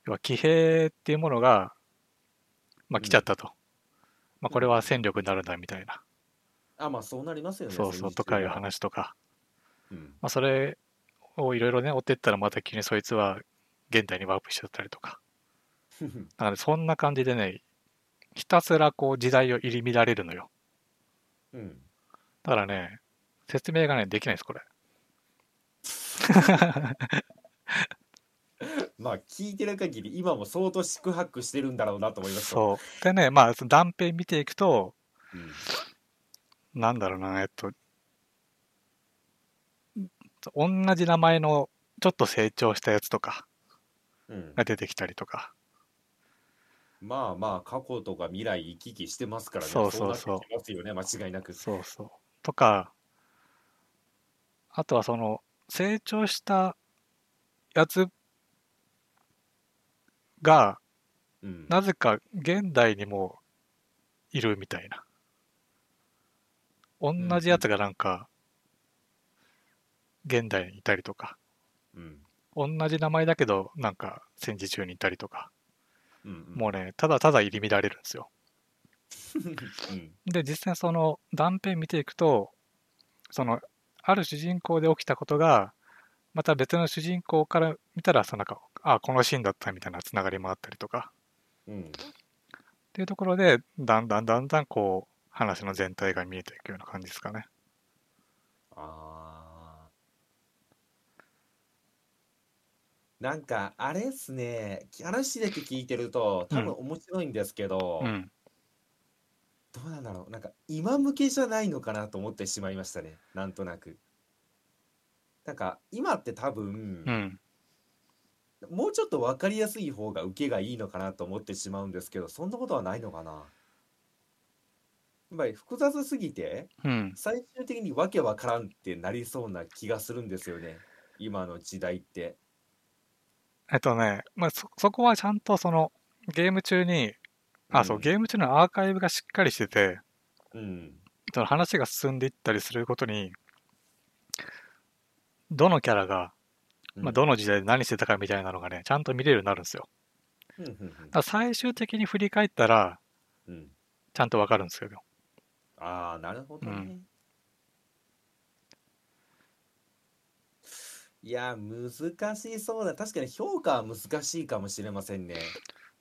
[SPEAKER 1] 要は騎兵っていうものが、まあ
[SPEAKER 2] うん
[SPEAKER 1] 来ちゃったと。まあこれは戦力になるんだみたいな、
[SPEAKER 2] あ、まあ、そうなりますよね。
[SPEAKER 1] そうそうとかいう。話とか、
[SPEAKER 2] うん。
[SPEAKER 1] まあそれをいろいろね、追ってったらまた急にそいつは現代にワープしちゃったりとか。だからそんな感じでね、ひたすらこう時代を入り乱れるのよ。
[SPEAKER 2] うん。
[SPEAKER 1] だからね、説明がね、できないです、これ。
[SPEAKER 2] まあ、聞いてる限り、今も相当四苦八苦してるんだろうなと思いますよ。
[SPEAKER 1] そう。でね、まあ、その断片見ていくと、
[SPEAKER 2] うん。
[SPEAKER 1] なんだろうな、えっと、同じ名前のちょっと成長したやつとか
[SPEAKER 2] うん
[SPEAKER 1] が出てきたりとか、
[SPEAKER 2] まあまあ過去とか未来行き来してますからね。
[SPEAKER 1] そうそうそう
[SPEAKER 2] なってきますよね、間違いなく。
[SPEAKER 1] そうそう。とか、あとはその、成長したやつが、
[SPEAKER 2] うん。
[SPEAKER 1] なぜか現代にもいるみたいな。同じやつがなんか、現代にいたりとか、
[SPEAKER 2] うん。
[SPEAKER 1] 同じ名前だけど、なんか戦時中にいたりとか、
[SPEAKER 2] うん。
[SPEAKER 1] もうね、ただただ入り乱れるんですよ。
[SPEAKER 2] うん。
[SPEAKER 1] で、実際その断片見ていくと、その、ある主人公で起きたことが、また別の主人公から見たら、そのなんか、あ、このシーンだったみたいなつながりもあったりとか、
[SPEAKER 2] うん。
[SPEAKER 1] っていうところでだんだんだんだんこう話の全体が見えていくような感じですかね。
[SPEAKER 2] あーなんかあれっすね話だけ聞いてると多分面白いんですけど、
[SPEAKER 1] うん、
[SPEAKER 2] どうなんだろうなんか今向けじゃないのかなと思ってしまいましたねなんとなくなんか今って多分
[SPEAKER 1] う、ん、
[SPEAKER 2] もうちょっと分かりやすい方が受けがいいのかなと思ってしまうんですけどそんなことはないのかなやっぱり複雑すぎて
[SPEAKER 1] うん、
[SPEAKER 2] 最終的にわけわからんってなりそうな気がするんですよね今の時代って
[SPEAKER 1] えっとね、まあ、そそこはちゃんとそのゲーム中にあ、そうゲーム中のアーカイブがしっかりしてて
[SPEAKER 2] うん
[SPEAKER 1] その話が進んでいったりすることにどのキャラが、まあ、どの時代で何してたかみたいなのがねちゃんと見れるようになるんですよ。
[SPEAKER 2] ううんうん
[SPEAKER 1] だから最終的に振り返ったら、
[SPEAKER 2] うんうん
[SPEAKER 1] ちゃんとわかるんですけど。
[SPEAKER 2] ああなるほどね、
[SPEAKER 1] うん
[SPEAKER 2] いやー難しそうだ確かに評価は難しいかもしれませんね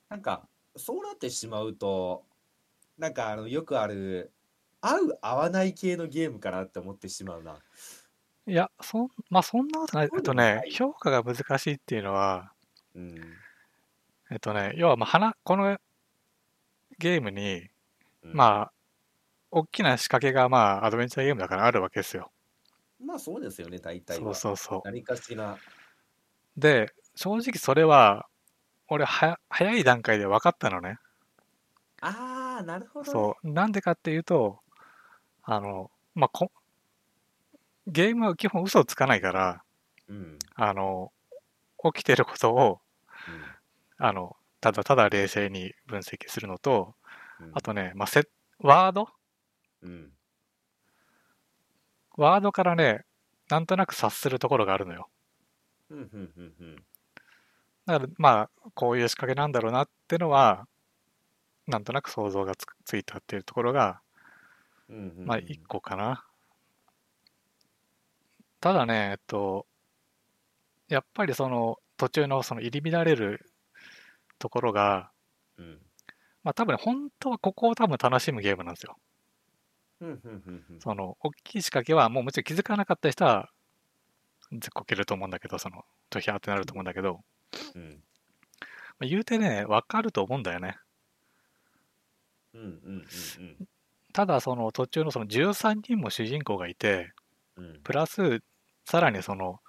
[SPEAKER 2] なんかそうなってしまうとなんかあのよくある合う合わない系のゲームかなって思ってしまうない
[SPEAKER 1] や、そん、まあ、そんなことない。
[SPEAKER 2] そ
[SPEAKER 1] え
[SPEAKER 2] う
[SPEAKER 1] っ
[SPEAKER 2] で
[SPEAKER 1] と
[SPEAKER 2] もない
[SPEAKER 1] ね、評価が難しいっていうのは、
[SPEAKER 2] うん
[SPEAKER 1] えっとね、要は、まあ、花、このゲームに、
[SPEAKER 2] うん
[SPEAKER 1] まあ、大きな仕掛けが、まあ、アドベンチャーゲームだからあるわけですよ。
[SPEAKER 2] まあそうですよね大体
[SPEAKER 1] そう
[SPEAKER 2] は
[SPEAKER 1] そうそ
[SPEAKER 2] 何かしら
[SPEAKER 1] う。で、正直それは、俺は、早い段階で分かったのね。
[SPEAKER 2] ああなるほどね
[SPEAKER 1] そう。なんでかっていうと、あの、まあ、こ、ゲームは基本嘘をつかないから、
[SPEAKER 2] うんうん
[SPEAKER 1] あの、起きてることを、あの、ただただ冷静に分析するのと、
[SPEAKER 2] うん
[SPEAKER 1] あとね、まあ、せ、ワード
[SPEAKER 2] うん
[SPEAKER 1] ワードからね、なんとなく察するところがあるのよ。
[SPEAKER 2] うんうんうんうん
[SPEAKER 1] だから、まあ、こういう仕掛けなんだろうなってのは、なんとなく想像がつくついたっていうところが、
[SPEAKER 2] うんうんうん
[SPEAKER 1] まあ、一個かな。ただね、えっと、やっぱりその、途中のその入り乱れるところが、
[SPEAKER 2] うん
[SPEAKER 1] まあ多分本当はここを多分楽しむゲームなんですよ。
[SPEAKER 2] うんうんうんうん
[SPEAKER 1] その、大きい仕掛けは、もうもちろん気づかなかった人は、ずっこけると思うんだけど、その、ドヒャーってなると思うんだけど、
[SPEAKER 2] うん
[SPEAKER 1] まあ、言うてね、わかると思うんだよね。
[SPEAKER 2] うんうんうん
[SPEAKER 1] ただ、その途中のその13人も主人公がいて、
[SPEAKER 2] うんうん
[SPEAKER 1] プラス、さらにその、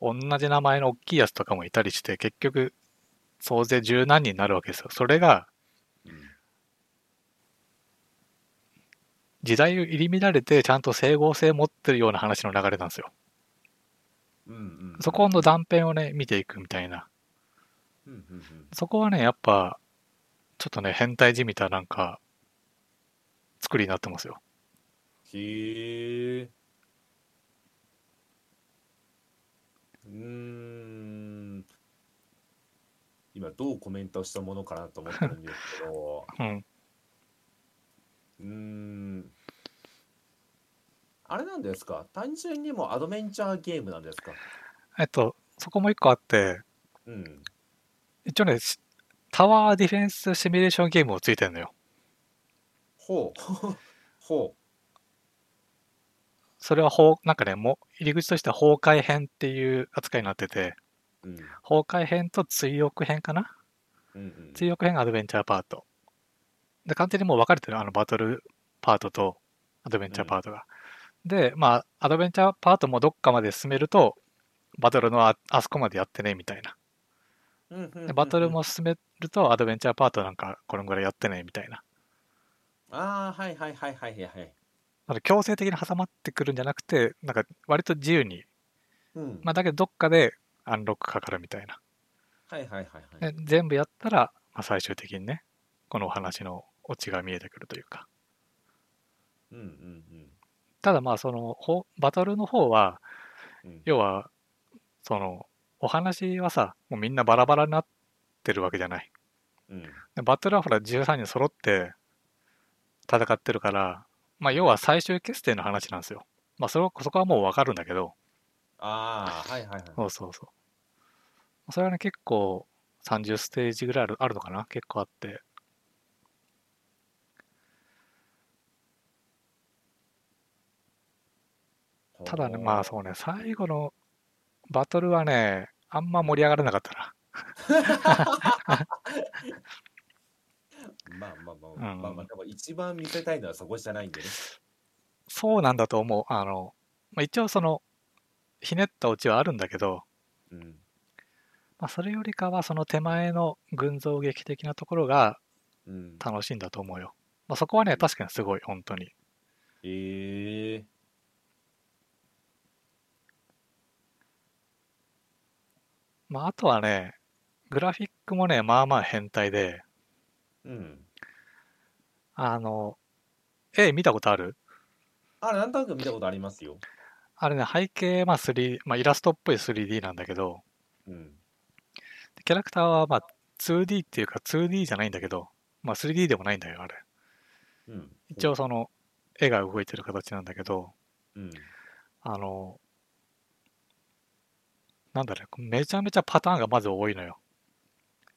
[SPEAKER 1] 同じ名前の大きいやつとかもいたりして、結局、総勢十何人になるわけですよ。それが、時代を入り乱れて、ちゃんと整合性持ってるような話の流れなんですよ。
[SPEAKER 2] うんうん
[SPEAKER 1] そこの断片をね、見ていくみたいな。
[SPEAKER 2] うんうんうん
[SPEAKER 1] そこはね、やっぱ、ちょっとね、変態じみたなんか、作りになってますよ。
[SPEAKER 2] へえうーん今どうコメントしたものかなと思ってるんですけど
[SPEAKER 1] うん。
[SPEAKER 2] うーんあれなんですか単純にもうアドベンチャーゲームなんですか
[SPEAKER 1] えっと、そこも一個あって、
[SPEAKER 2] うん
[SPEAKER 1] 一応ね、しタワーディフェンスシミュレーションゲームもついてるのよ。
[SPEAKER 2] ほうほ
[SPEAKER 1] それはほう、なんかね、もう入り口としては崩壊編っていう扱いになってて、
[SPEAKER 2] ううん
[SPEAKER 1] 崩壊編と追憶編かな
[SPEAKER 2] うんうん
[SPEAKER 1] 追憶編がアドベンチャーパート。で、完全にもう分かれてる、あの、バトルパートとアドベンチャーパートが。で、まあ、アドベンチャーパートもどっかまで進めると、バトルのああそこまでやってね、みたいな。
[SPEAKER 2] うんうんうんう
[SPEAKER 1] で
[SPEAKER 2] ん
[SPEAKER 1] バトルも進めると、アドベンチャーパートなんかこれぐらいやってね、みたいな。
[SPEAKER 2] ああはいはいはいはいはいはい
[SPEAKER 1] あの強制的に挟まってくるんじゃなくて、なんか割と自由に
[SPEAKER 2] うん
[SPEAKER 1] まあ、だけどどっかでアンロックかかるみたいな。
[SPEAKER 2] はいはいはいはい
[SPEAKER 1] で全部やったら、まあ、最終的にね、このお話のオチが見えてくるというか。
[SPEAKER 2] うんうん
[SPEAKER 1] ただまあそのほバトルの方は、
[SPEAKER 2] うんうん
[SPEAKER 1] 要はそのお話はさ、もうみんなバラバラになってるわけじゃない。
[SPEAKER 2] うん
[SPEAKER 1] でバトルはほら13人揃って戦ってるから、まあ要は最終決戦の話なんですよ。まあそれはそこはもうわかるんだけど、
[SPEAKER 2] ああはいはいはい
[SPEAKER 1] そうそうそう。それはね結構30ステージぐらいあるあるのかな結構あって。ただね、まあそうね、最後のバトルはね、あんま盛り上がらなかったな。
[SPEAKER 2] まあまあまあ、
[SPEAKER 1] うん
[SPEAKER 2] まあまあでも一番見せたいのはそこじゃないんでね
[SPEAKER 1] そうなんだと思う。あの、まあ、一応その、ひねったオチはあるんだけど、
[SPEAKER 2] うん
[SPEAKER 1] まあ、それよりかはその手前の群像劇的なところが
[SPEAKER 2] うん
[SPEAKER 1] 楽しいんだと思うよ。まあ、そこはね、確かにすごい、本当に。
[SPEAKER 2] ええ
[SPEAKER 1] まあ、あとはね、グラフィックもね、まあまあ変態で、
[SPEAKER 2] うん
[SPEAKER 1] あの、絵見たことある
[SPEAKER 2] あれなんとなく見たことありますよ
[SPEAKER 1] あれね、背景、まあ 3D、まあイラストっぽい 3D なんだけど、
[SPEAKER 2] うん
[SPEAKER 1] キャラクターはまあ 2D っていうか 2D じゃないんだけど、まあ 3D でもないんだよ、あれ。
[SPEAKER 2] うん。
[SPEAKER 1] 一応その、絵が動いてる形なんだけど、
[SPEAKER 2] うん。
[SPEAKER 1] あの、なんだろう、めちゃめちゃパターンがまず多いのよ。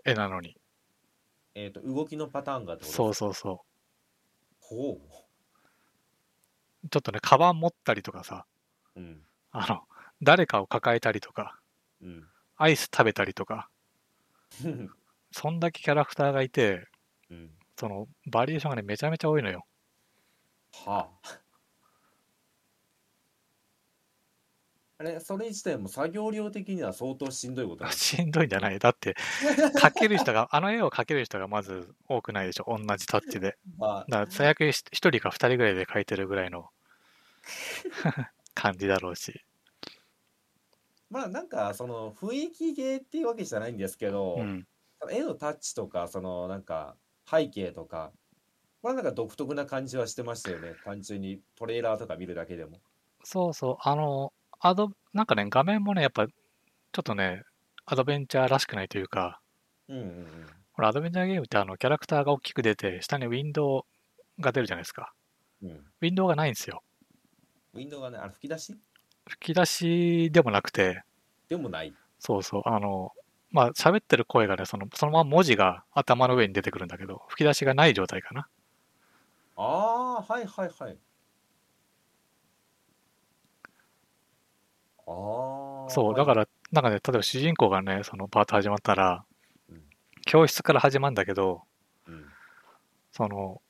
[SPEAKER 1] 絵なのに。
[SPEAKER 2] えっと、動きのパターンがってこと
[SPEAKER 1] そう
[SPEAKER 2] です
[SPEAKER 1] そうそ
[SPEAKER 2] ほ
[SPEAKER 1] う。ちょっとね、カバン持ったりとかさ、
[SPEAKER 2] う。うん。
[SPEAKER 1] あの、誰かを抱えたりとか、
[SPEAKER 2] うん。
[SPEAKER 1] アイス食べたりとか、そんだけキャラクターがいて、
[SPEAKER 2] うん。
[SPEAKER 1] その、バリエーションがね、めちゃめちゃ多いのよ。
[SPEAKER 2] はあ。あれ、それ自体も作業量的には相当しんどいことなんです
[SPEAKER 1] しんどいんじゃないだって、描ける人が、あ の絵を描ける人がまず多くないでしょ。同じタッチで。
[SPEAKER 2] まあ、
[SPEAKER 1] だから、最悪1人か2人ぐらいで描いてるぐらいの感じだろうし。
[SPEAKER 2] まあ、なんか、その、雰囲気芸っていうわけじゃないんですけど、
[SPEAKER 1] うん。
[SPEAKER 2] その絵のタッチとか、その、なんか、背景とか、これはなんか独特な感じはしてましたよね。単純にトレーラーとか見るだけでも。
[SPEAKER 1] そうそう。あの、アド、なんかね、画面もね、やっぱ、ちょっとね、アドベンチャーらしくないというか、
[SPEAKER 2] うんうんうん。
[SPEAKER 1] ほら、アドベンチャーゲームってあの、キャラクターが大きく出て、下にウィンドウが出るじゃないですか。
[SPEAKER 2] うん、
[SPEAKER 1] ウィンドウがないんですよ。
[SPEAKER 2] ウィンドウがね、あれ吹き出し
[SPEAKER 1] 吹き出しでもなくて、
[SPEAKER 2] でもない。
[SPEAKER 1] そうそう、あの、まあ、喋ってる声がね、その、そのまま文字が頭の上に出てくるんだけど、吹き出しがない状態かな。
[SPEAKER 2] ああ、はいはいはい。ああ、
[SPEAKER 1] そう、
[SPEAKER 2] はい
[SPEAKER 1] だから、なんかね、例えば主人公がね、そのパート始まったら
[SPEAKER 2] うん、
[SPEAKER 1] 教室から始まるんだけど、
[SPEAKER 2] うん、
[SPEAKER 1] その、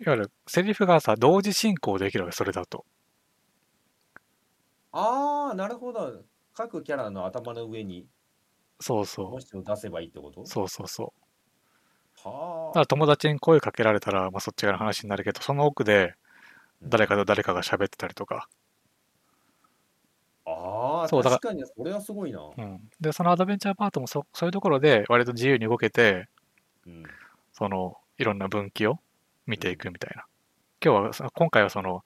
[SPEAKER 1] いわゆるセリフがさ、同時進行できるわけ、それだと。
[SPEAKER 2] ああ、なるほど。各キャラの頭の上に
[SPEAKER 1] そうそ
[SPEAKER 2] 文字を出せばいいってこと
[SPEAKER 1] う。そうそうそう。
[SPEAKER 2] は
[SPEAKER 1] だか
[SPEAKER 2] あ
[SPEAKER 1] ら。友達に声かけられたら、まあ、そっち側の話になるけど、その奥で、誰かと誰かが喋ってたりとか。
[SPEAKER 2] ああ、
[SPEAKER 1] そうだから
[SPEAKER 2] 確かにそれはすごいな。
[SPEAKER 1] うん。で、そのアドベンチャーパートもそ、そういうところで、割と自由に動けて、
[SPEAKER 2] うん、
[SPEAKER 1] そのいろんな分岐を見ていくみたいな。今日はそ今回はその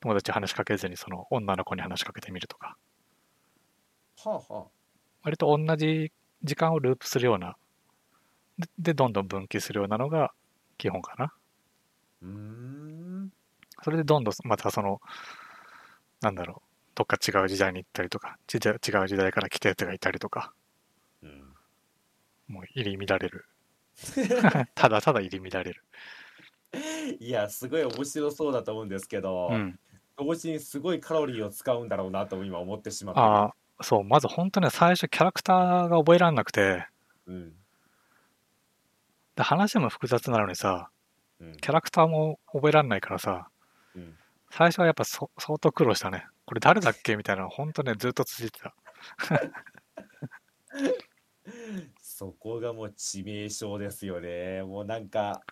[SPEAKER 1] 友達に話しかけずにその女の子に話しかけてみるとか、
[SPEAKER 2] はあは
[SPEAKER 1] 割と同じ時間をループするようなででどんどん分岐するようなのが基本かな。
[SPEAKER 2] あ。うーん。
[SPEAKER 1] それでどんどんまたそのなんだろうどっか違う時代に行ったりとかちじゃ違う時代から来たやつがいたりとか
[SPEAKER 2] うん、
[SPEAKER 1] もう入り乱れるただただ入り乱れる、
[SPEAKER 2] いや、すごい面白そうだと思うんですけど、
[SPEAKER 1] うん、
[SPEAKER 2] 同時にすごいカロリーを使うんだろうなと今思ってしまった。
[SPEAKER 1] ああそうまず本当ね最初キャラクターが覚えられなくて
[SPEAKER 2] うん、
[SPEAKER 1] で話も複雑なのにさ
[SPEAKER 2] うん、
[SPEAKER 1] キャラクターも覚えられないからさ
[SPEAKER 2] うん。
[SPEAKER 1] 最初はやっぱそ相当苦労したねこれ誰だっけみたいなのほんとねずっと続いてた
[SPEAKER 2] そこがもう致命傷ですよね。もうなんか、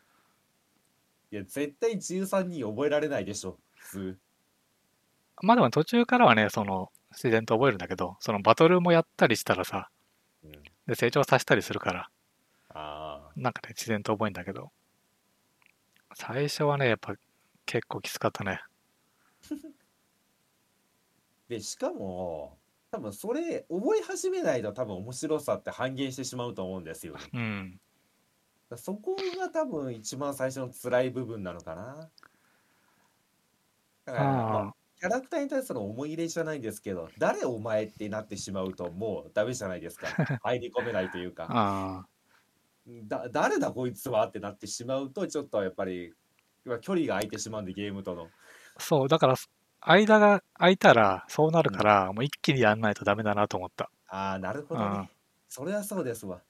[SPEAKER 2] いや、絶対13人覚えられないでしょ、普通。
[SPEAKER 1] まあでも途中からはねその自然と覚えるんだけどそのバトルもやったりしたらさ
[SPEAKER 2] うん、
[SPEAKER 1] で成長させたりするから
[SPEAKER 2] ああ、
[SPEAKER 1] なんかね自然と覚えんだけど最初はねやっぱ結構きつかったね
[SPEAKER 2] で、しかも、多分それ、覚え始めないと多分面白さって半減してしまうと思うんですよね。だか
[SPEAKER 1] うん
[SPEAKER 2] らそこが多分一番最初の辛い部分なのかな。だから、ま
[SPEAKER 1] あ
[SPEAKER 2] あキャラクターに対する思い入れじゃないんですけど、誰お前ってなってしまうともうダメじゃない ですか。入り込めないというか
[SPEAKER 1] あ。あ
[SPEAKER 2] だ誰だこいつはってなってしまうとちょっとやっぱりまあ距離が空いてしまうんでゲームとの
[SPEAKER 1] あそうだから間が空いたらそうなるから、もう一気にやんないとダメだなと思った
[SPEAKER 2] ああなるほど
[SPEAKER 1] うん
[SPEAKER 2] ねそれはそうですわ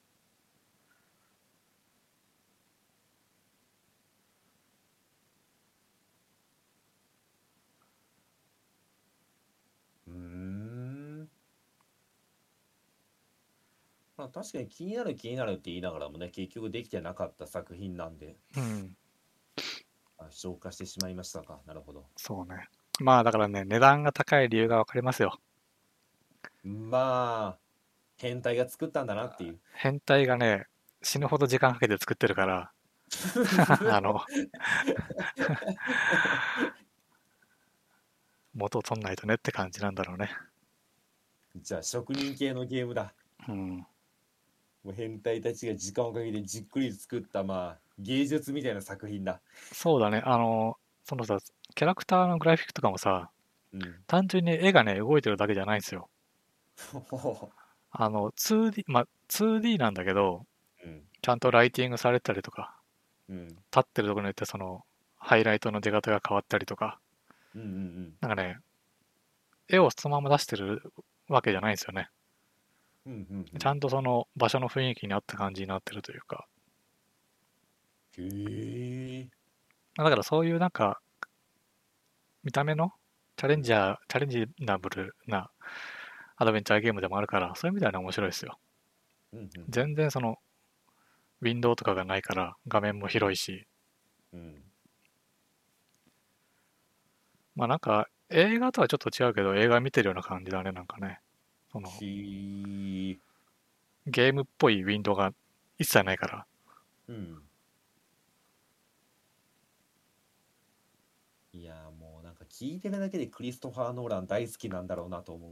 [SPEAKER 2] うーんまあ確かに気になる気になるって言いながらもね結局できてなかった作品なんで
[SPEAKER 1] うん
[SPEAKER 2] あ消化してしまいましたかなるほど
[SPEAKER 1] そうね。まあだからね、値段が高い理由がわかりますよ。
[SPEAKER 2] まあ、変態が作ったんだなっていう。
[SPEAKER 1] 変態がね、死ぬほど時間かけて作ってるから、あの、 元を取んないとねって感じなんだろうね。
[SPEAKER 2] じゃあ、職人系のゲームだ。
[SPEAKER 1] うん。
[SPEAKER 2] もう変態たちが時間をかけてじっくり作った、まあ、芸術みたいな作品だ。
[SPEAKER 1] そうだね、あの、そのさ、キャラクターのグラフィックとかもさ、
[SPEAKER 2] うん。
[SPEAKER 1] 単純に絵がね、動いてるだけじゃないんですよ。
[SPEAKER 2] う
[SPEAKER 1] あの、2D、まあ、2D なんだけど、
[SPEAKER 2] ん。
[SPEAKER 1] ちゃんとライティングされてたりとか、
[SPEAKER 2] うん。
[SPEAKER 1] 立ってるところによってその、ハイライトの出方が変わったりとか、
[SPEAKER 2] うん。うん。
[SPEAKER 1] なんかね、絵をそのまま出してるわけじゃないんですよね。
[SPEAKER 2] うん。うん。うん。
[SPEAKER 1] ちゃんとその場所の雰囲気に合った感じになってるというか、
[SPEAKER 2] へえ。
[SPEAKER 1] だからそういうなんか、見た目のチャレンジャー、チャレンジナブルなアドベンチャーゲームでもあるから、そういう意味ではね、面白いですよ。
[SPEAKER 2] うん。
[SPEAKER 1] 全然その、ウィンドウとかがないから、画面も広いし、
[SPEAKER 2] うん。うん。
[SPEAKER 1] まあなんか、映画とはちょっと違うけど、映画見てるような感じだね、なんかね。その、
[SPEAKER 2] へえ。
[SPEAKER 1] ゲームっぽいウィンドウが一切ないから。
[SPEAKER 2] うん。いやーもうなんか聞いてるだけでクリストファー・ノーラン大好きなんだろうなと思う。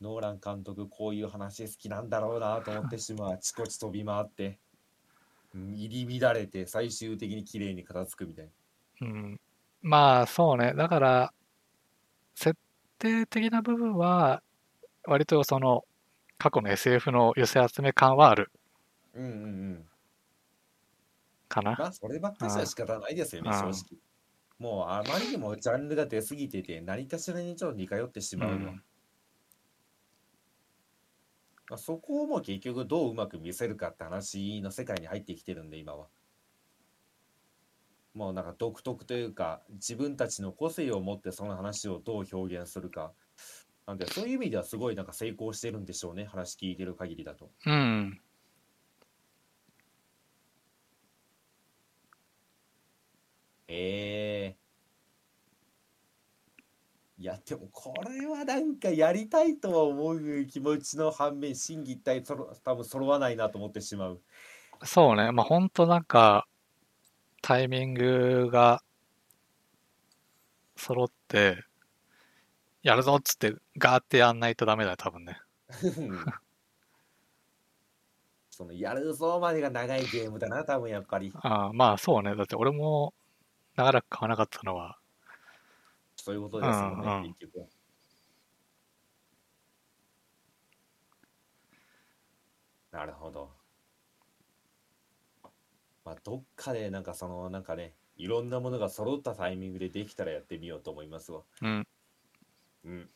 [SPEAKER 2] ノーラン監督こういう話好きなんだろうなと思ってしま う。あちこち飛び回って、うん入り乱れて最終的に綺麗に片付くみたいな。
[SPEAKER 1] うん、まあそうねだから設定的な部分は割とその過去の SF の寄せ集め感はある
[SPEAKER 2] うんうんうん。
[SPEAKER 1] かな、
[SPEAKER 2] まあそればっかりじゃ仕方ないですよね、
[SPEAKER 1] あ
[SPEAKER 2] 正
[SPEAKER 1] あ
[SPEAKER 2] 直。もうあまりにもジャンルが出過ぎてて何かしらにちょっと似通ってしまうのは。
[SPEAKER 1] うん
[SPEAKER 2] まあ、そこをもう結局どううまく見せるかって話の世界に入ってきてるんで今は。もうなんか独特というか自分たちの個性を持ってその話をどう表現するか。なんでそういう意味ではすごいなんか成功してるんでしょうね話聞いてる限りだと。
[SPEAKER 1] うん、
[SPEAKER 2] ええいやでもこれはなんかやりたいとは思う気持ちの反面心技体そろ多分揃わないなと思ってしまう。
[SPEAKER 1] そうねまあほんとなんかタイミングが揃ってやるぞっつってガーってやんないとダメだよ多分ね
[SPEAKER 2] そのやるぞまでが長いゲームだな多分やっぱり
[SPEAKER 1] ああまあそうねだって俺も長らく買わなかったのは
[SPEAKER 2] そういうことですも
[SPEAKER 1] うんんう
[SPEAKER 2] ね
[SPEAKER 1] ん
[SPEAKER 2] 結局なるほどまあどっかでなんかそのなんかねいろんなものが揃ったタイミングでできたらやってみようと思いますわ
[SPEAKER 1] うん
[SPEAKER 2] うん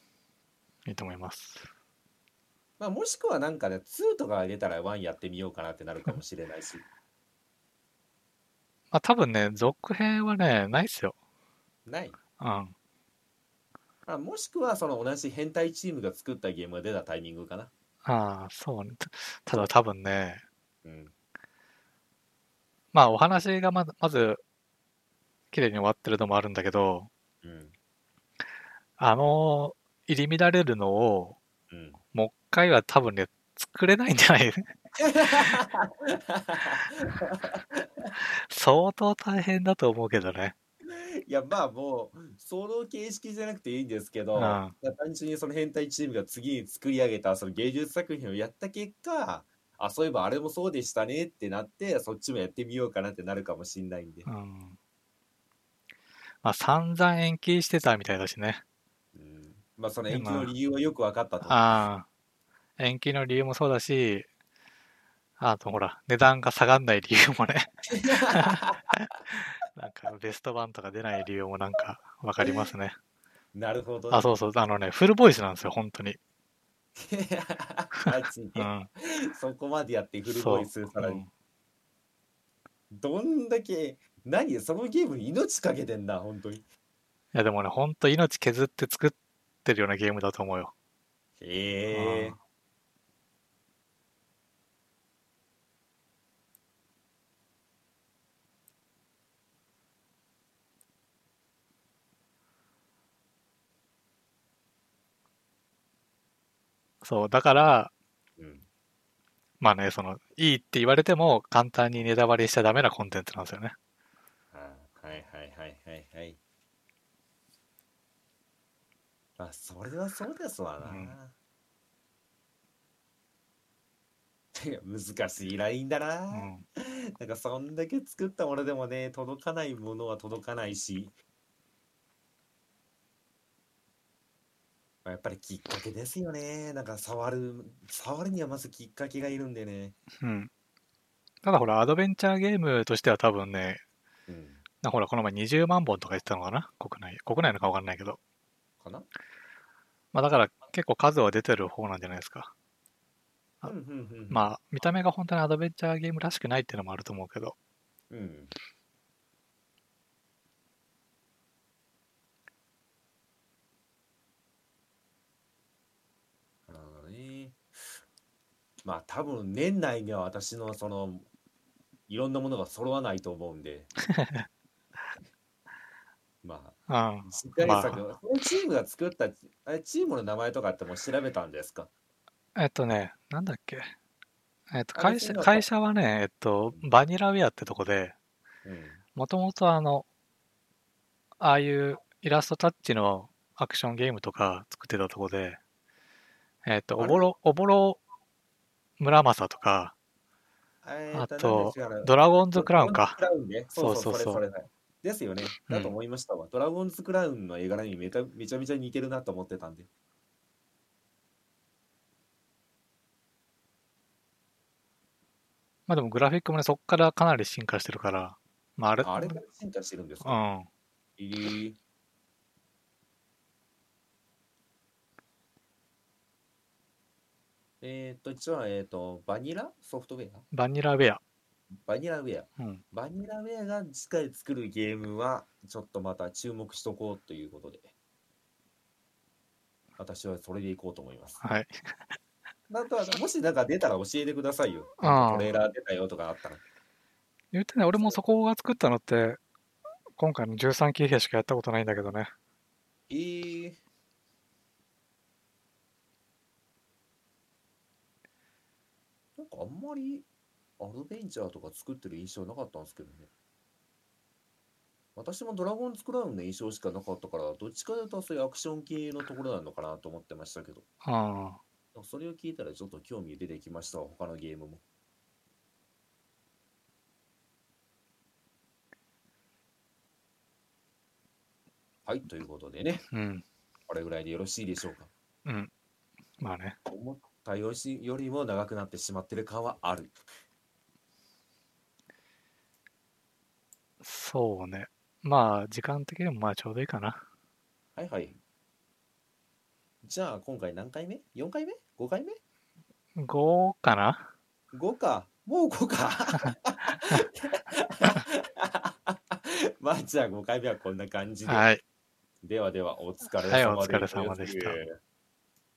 [SPEAKER 1] いいと思います
[SPEAKER 2] まあもしくはなんかね2とかが出たら1やってみようかなってなるかもしれないし
[SPEAKER 1] まあ多分ね続編はねないっすよ
[SPEAKER 2] ない
[SPEAKER 1] うん
[SPEAKER 2] まあもしくはその同じ変態チームが作ったゲームが出たタイミングかな
[SPEAKER 1] ああ、そうね。たただ多分ね、
[SPEAKER 2] うん
[SPEAKER 1] まあお話がまず、まず、綺麗に終わってるのもあるんだけど、
[SPEAKER 2] うん
[SPEAKER 1] あの、入り乱れるのを、
[SPEAKER 2] うん
[SPEAKER 1] もう一回は多分ね、作れないんじゃない相当大変だと思うけどね。
[SPEAKER 2] いやまあもうソロ形式じゃなくていいんですけど、
[SPEAKER 1] うん
[SPEAKER 2] 単純にその変態チームが次に作り上げたその芸術作品をやった結果あそういえばあれもそうでしたねってなってそっちもやってみようかなってなるかもしんないんで
[SPEAKER 1] う、ん。まあ散々延期してたみたいだしね。
[SPEAKER 2] うんまあその延期の理由はよく分かったと思う
[SPEAKER 1] ああ、延期の理由もそうだし、あとほら、値段が下がんない理由も ね、なんかベスト版とか出ない理由もなんかわかりますね。
[SPEAKER 2] なるほど
[SPEAKER 1] あ、そうそう、あのね、フルボイスなんですよ、本当に。
[SPEAKER 2] マジで
[SPEAKER 1] うん。
[SPEAKER 2] そこまでやってフルボイスさら
[SPEAKER 1] う
[SPEAKER 2] に
[SPEAKER 1] ん
[SPEAKER 2] どんだけ何そのゲームに命かけてんな本当に
[SPEAKER 1] いや、でもね、本当命削って作ってるようなゲームだと思うよ。
[SPEAKER 2] へえ
[SPEAKER 1] うんそう、だから、
[SPEAKER 2] うん
[SPEAKER 1] まあね、その、いいって言われても、簡単にネタバレしちゃダメなコンテンツなんですよね。
[SPEAKER 2] あはいはいはいはいはい。まあ、それはそうですわな。
[SPEAKER 1] うん
[SPEAKER 2] 難しいラインだ
[SPEAKER 1] う
[SPEAKER 2] な。
[SPEAKER 1] ん。
[SPEAKER 2] なんかそんだけ作ったものでもね、届かないものは届かないし。まあやっぱりきっかけですよね。なんか触る、触るにはまずきっかけがいるんでね。
[SPEAKER 1] うん。ただほら、アドベンチャーゲームとしては多分ね、
[SPEAKER 2] うん。
[SPEAKER 1] なほら、この前20万本とか言ってたのかな国内。国内のか分かんないけど。
[SPEAKER 2] かな
[SPEAKER 1] まあだから結構数は出てる方なんじゃないですか。あ
[SPEAKER 2] うんうんうん。あ。
[SPEAKER 1] まあ見た目が本当にアドベンチャーゲームらしくないっていうのもあると思うけど。
[SPEAKER 2] うん。なるほどね。まあ多分年内には私のそのいろんなものが揃わないと思うん でまあ
[SPEAKER 1] うん。
[SPEAKER 2] 次回作、そのチームが作ったあれチームの名前とかってもう調べたんですか
[SPEAKER 1] えっとね、なんだっけ。えっと、
[SPEAKER 2] あ
[SPEAKER 1] 会社
[SPEAKER 2] 別になんか
[SPEAKER 1] 会社はね、えっと、
[SPEAKER 2] うん
[SPEAKER 1] バニラウェアってとこで、
[SPEAKER 2] うん
[SPEAKER 1] もともとあの、ああいうイラストタッチのアクションゲームとか作ってたとこで、えっと、
[SPEAKER 2] あ
[SPEAKER 1] お
[SPEAKER 2] れ
[SPEAKER 1] ぼろ、おぼろ村正とか、
[SPEAKER 2] え
[SPEAKER 1] あ
[SPEAKER 2] ー
[SPEAKER 1] と
[SPEAKER 2] 何でしたっけ
[SPEAKER 1] ドラゴンズクラウンか。
[SPEAKER 2] ドラゴンズクラウンね。そうそ
[SPEAKER 1] そう
[SPEAKER 2] う、
[SPEAKER 1] そうそう
[SPEAKER 2] それそれだですよね。だと思いましたわ。ドラゴンズクラウンの絵柄にめちゃめちゃめちゃ似てるなと思ってたんで。
[SPEAKER 1] まあでもグラフィックもね、そっからかなり進化してるから、まああれ、
[SPEAKER 2] あれから進化してるんです
[SPEAKER 1] う
[SPEAKER 2] か、
[SPEAKER 1] ん。
[SPEAKER 2] えーえーっと、一応、えーっと、バニラソフトウェア
[SPEAKER 1] バニラウェア。
[SPEAKER 2] バニラウェア。
[SPEAKER 1] うん。
[SPEAKER 2] バニラウェアが次回作るゲームは、ちょっとまた注目しとこうということで。私はそれでいこうと思います。
[SPEAKER 1] はい。
[SPEAKER 2] なんとはもしなんか出たら教えてくださいよ。
[SPEAKER 1] うん
[SPEAKER 2] なんかトレーラー出たよとかあったら。
[SPEAKER 1] 言ってね、俺もそこが作ったのって、今回の13騎兵しかやったことないんだけどね。
[SPEAKER 2] えー、なんかあんまりアドベンチャーとか作ってる印象なかったんですけどね。私もドラゴンズクラウンの印象しかなかったから、どっちかというとそういうアクション系のところなのかなと思ってましたけど、
[SPEAKER 1] うん。
[SPEAKER 2] それを聞いたらちょっと興味出てきましたわ、他のゲームも。はい、ということでね。
[SPEAKER 1] うん。
[SPEAKER 2] これぐらいでよろしいでしょうか。
[SPEAKER 1] うん。まあね。
[SPEAKER 2] 思ったよしよりも長くなってしまってる感はある。
[SPEAKER 1] そうね。まあ、時間的にもまあちょうどいいかな。
[SPEAKER 2] はいはい。じゃあ今回何回目 ?4 回目 ?5 回目
[SPEAKER 1] 5かな
[SPEAKER 2] ?5 か。もう5か。まあじゃあ5回目はこんな感じで。
[SPEAKER 1] はい。
[SPEAKER 2] ではではお疲れ様で
[SPEAKER 1] はいお疲れ様でした
[SPEAKER 2] す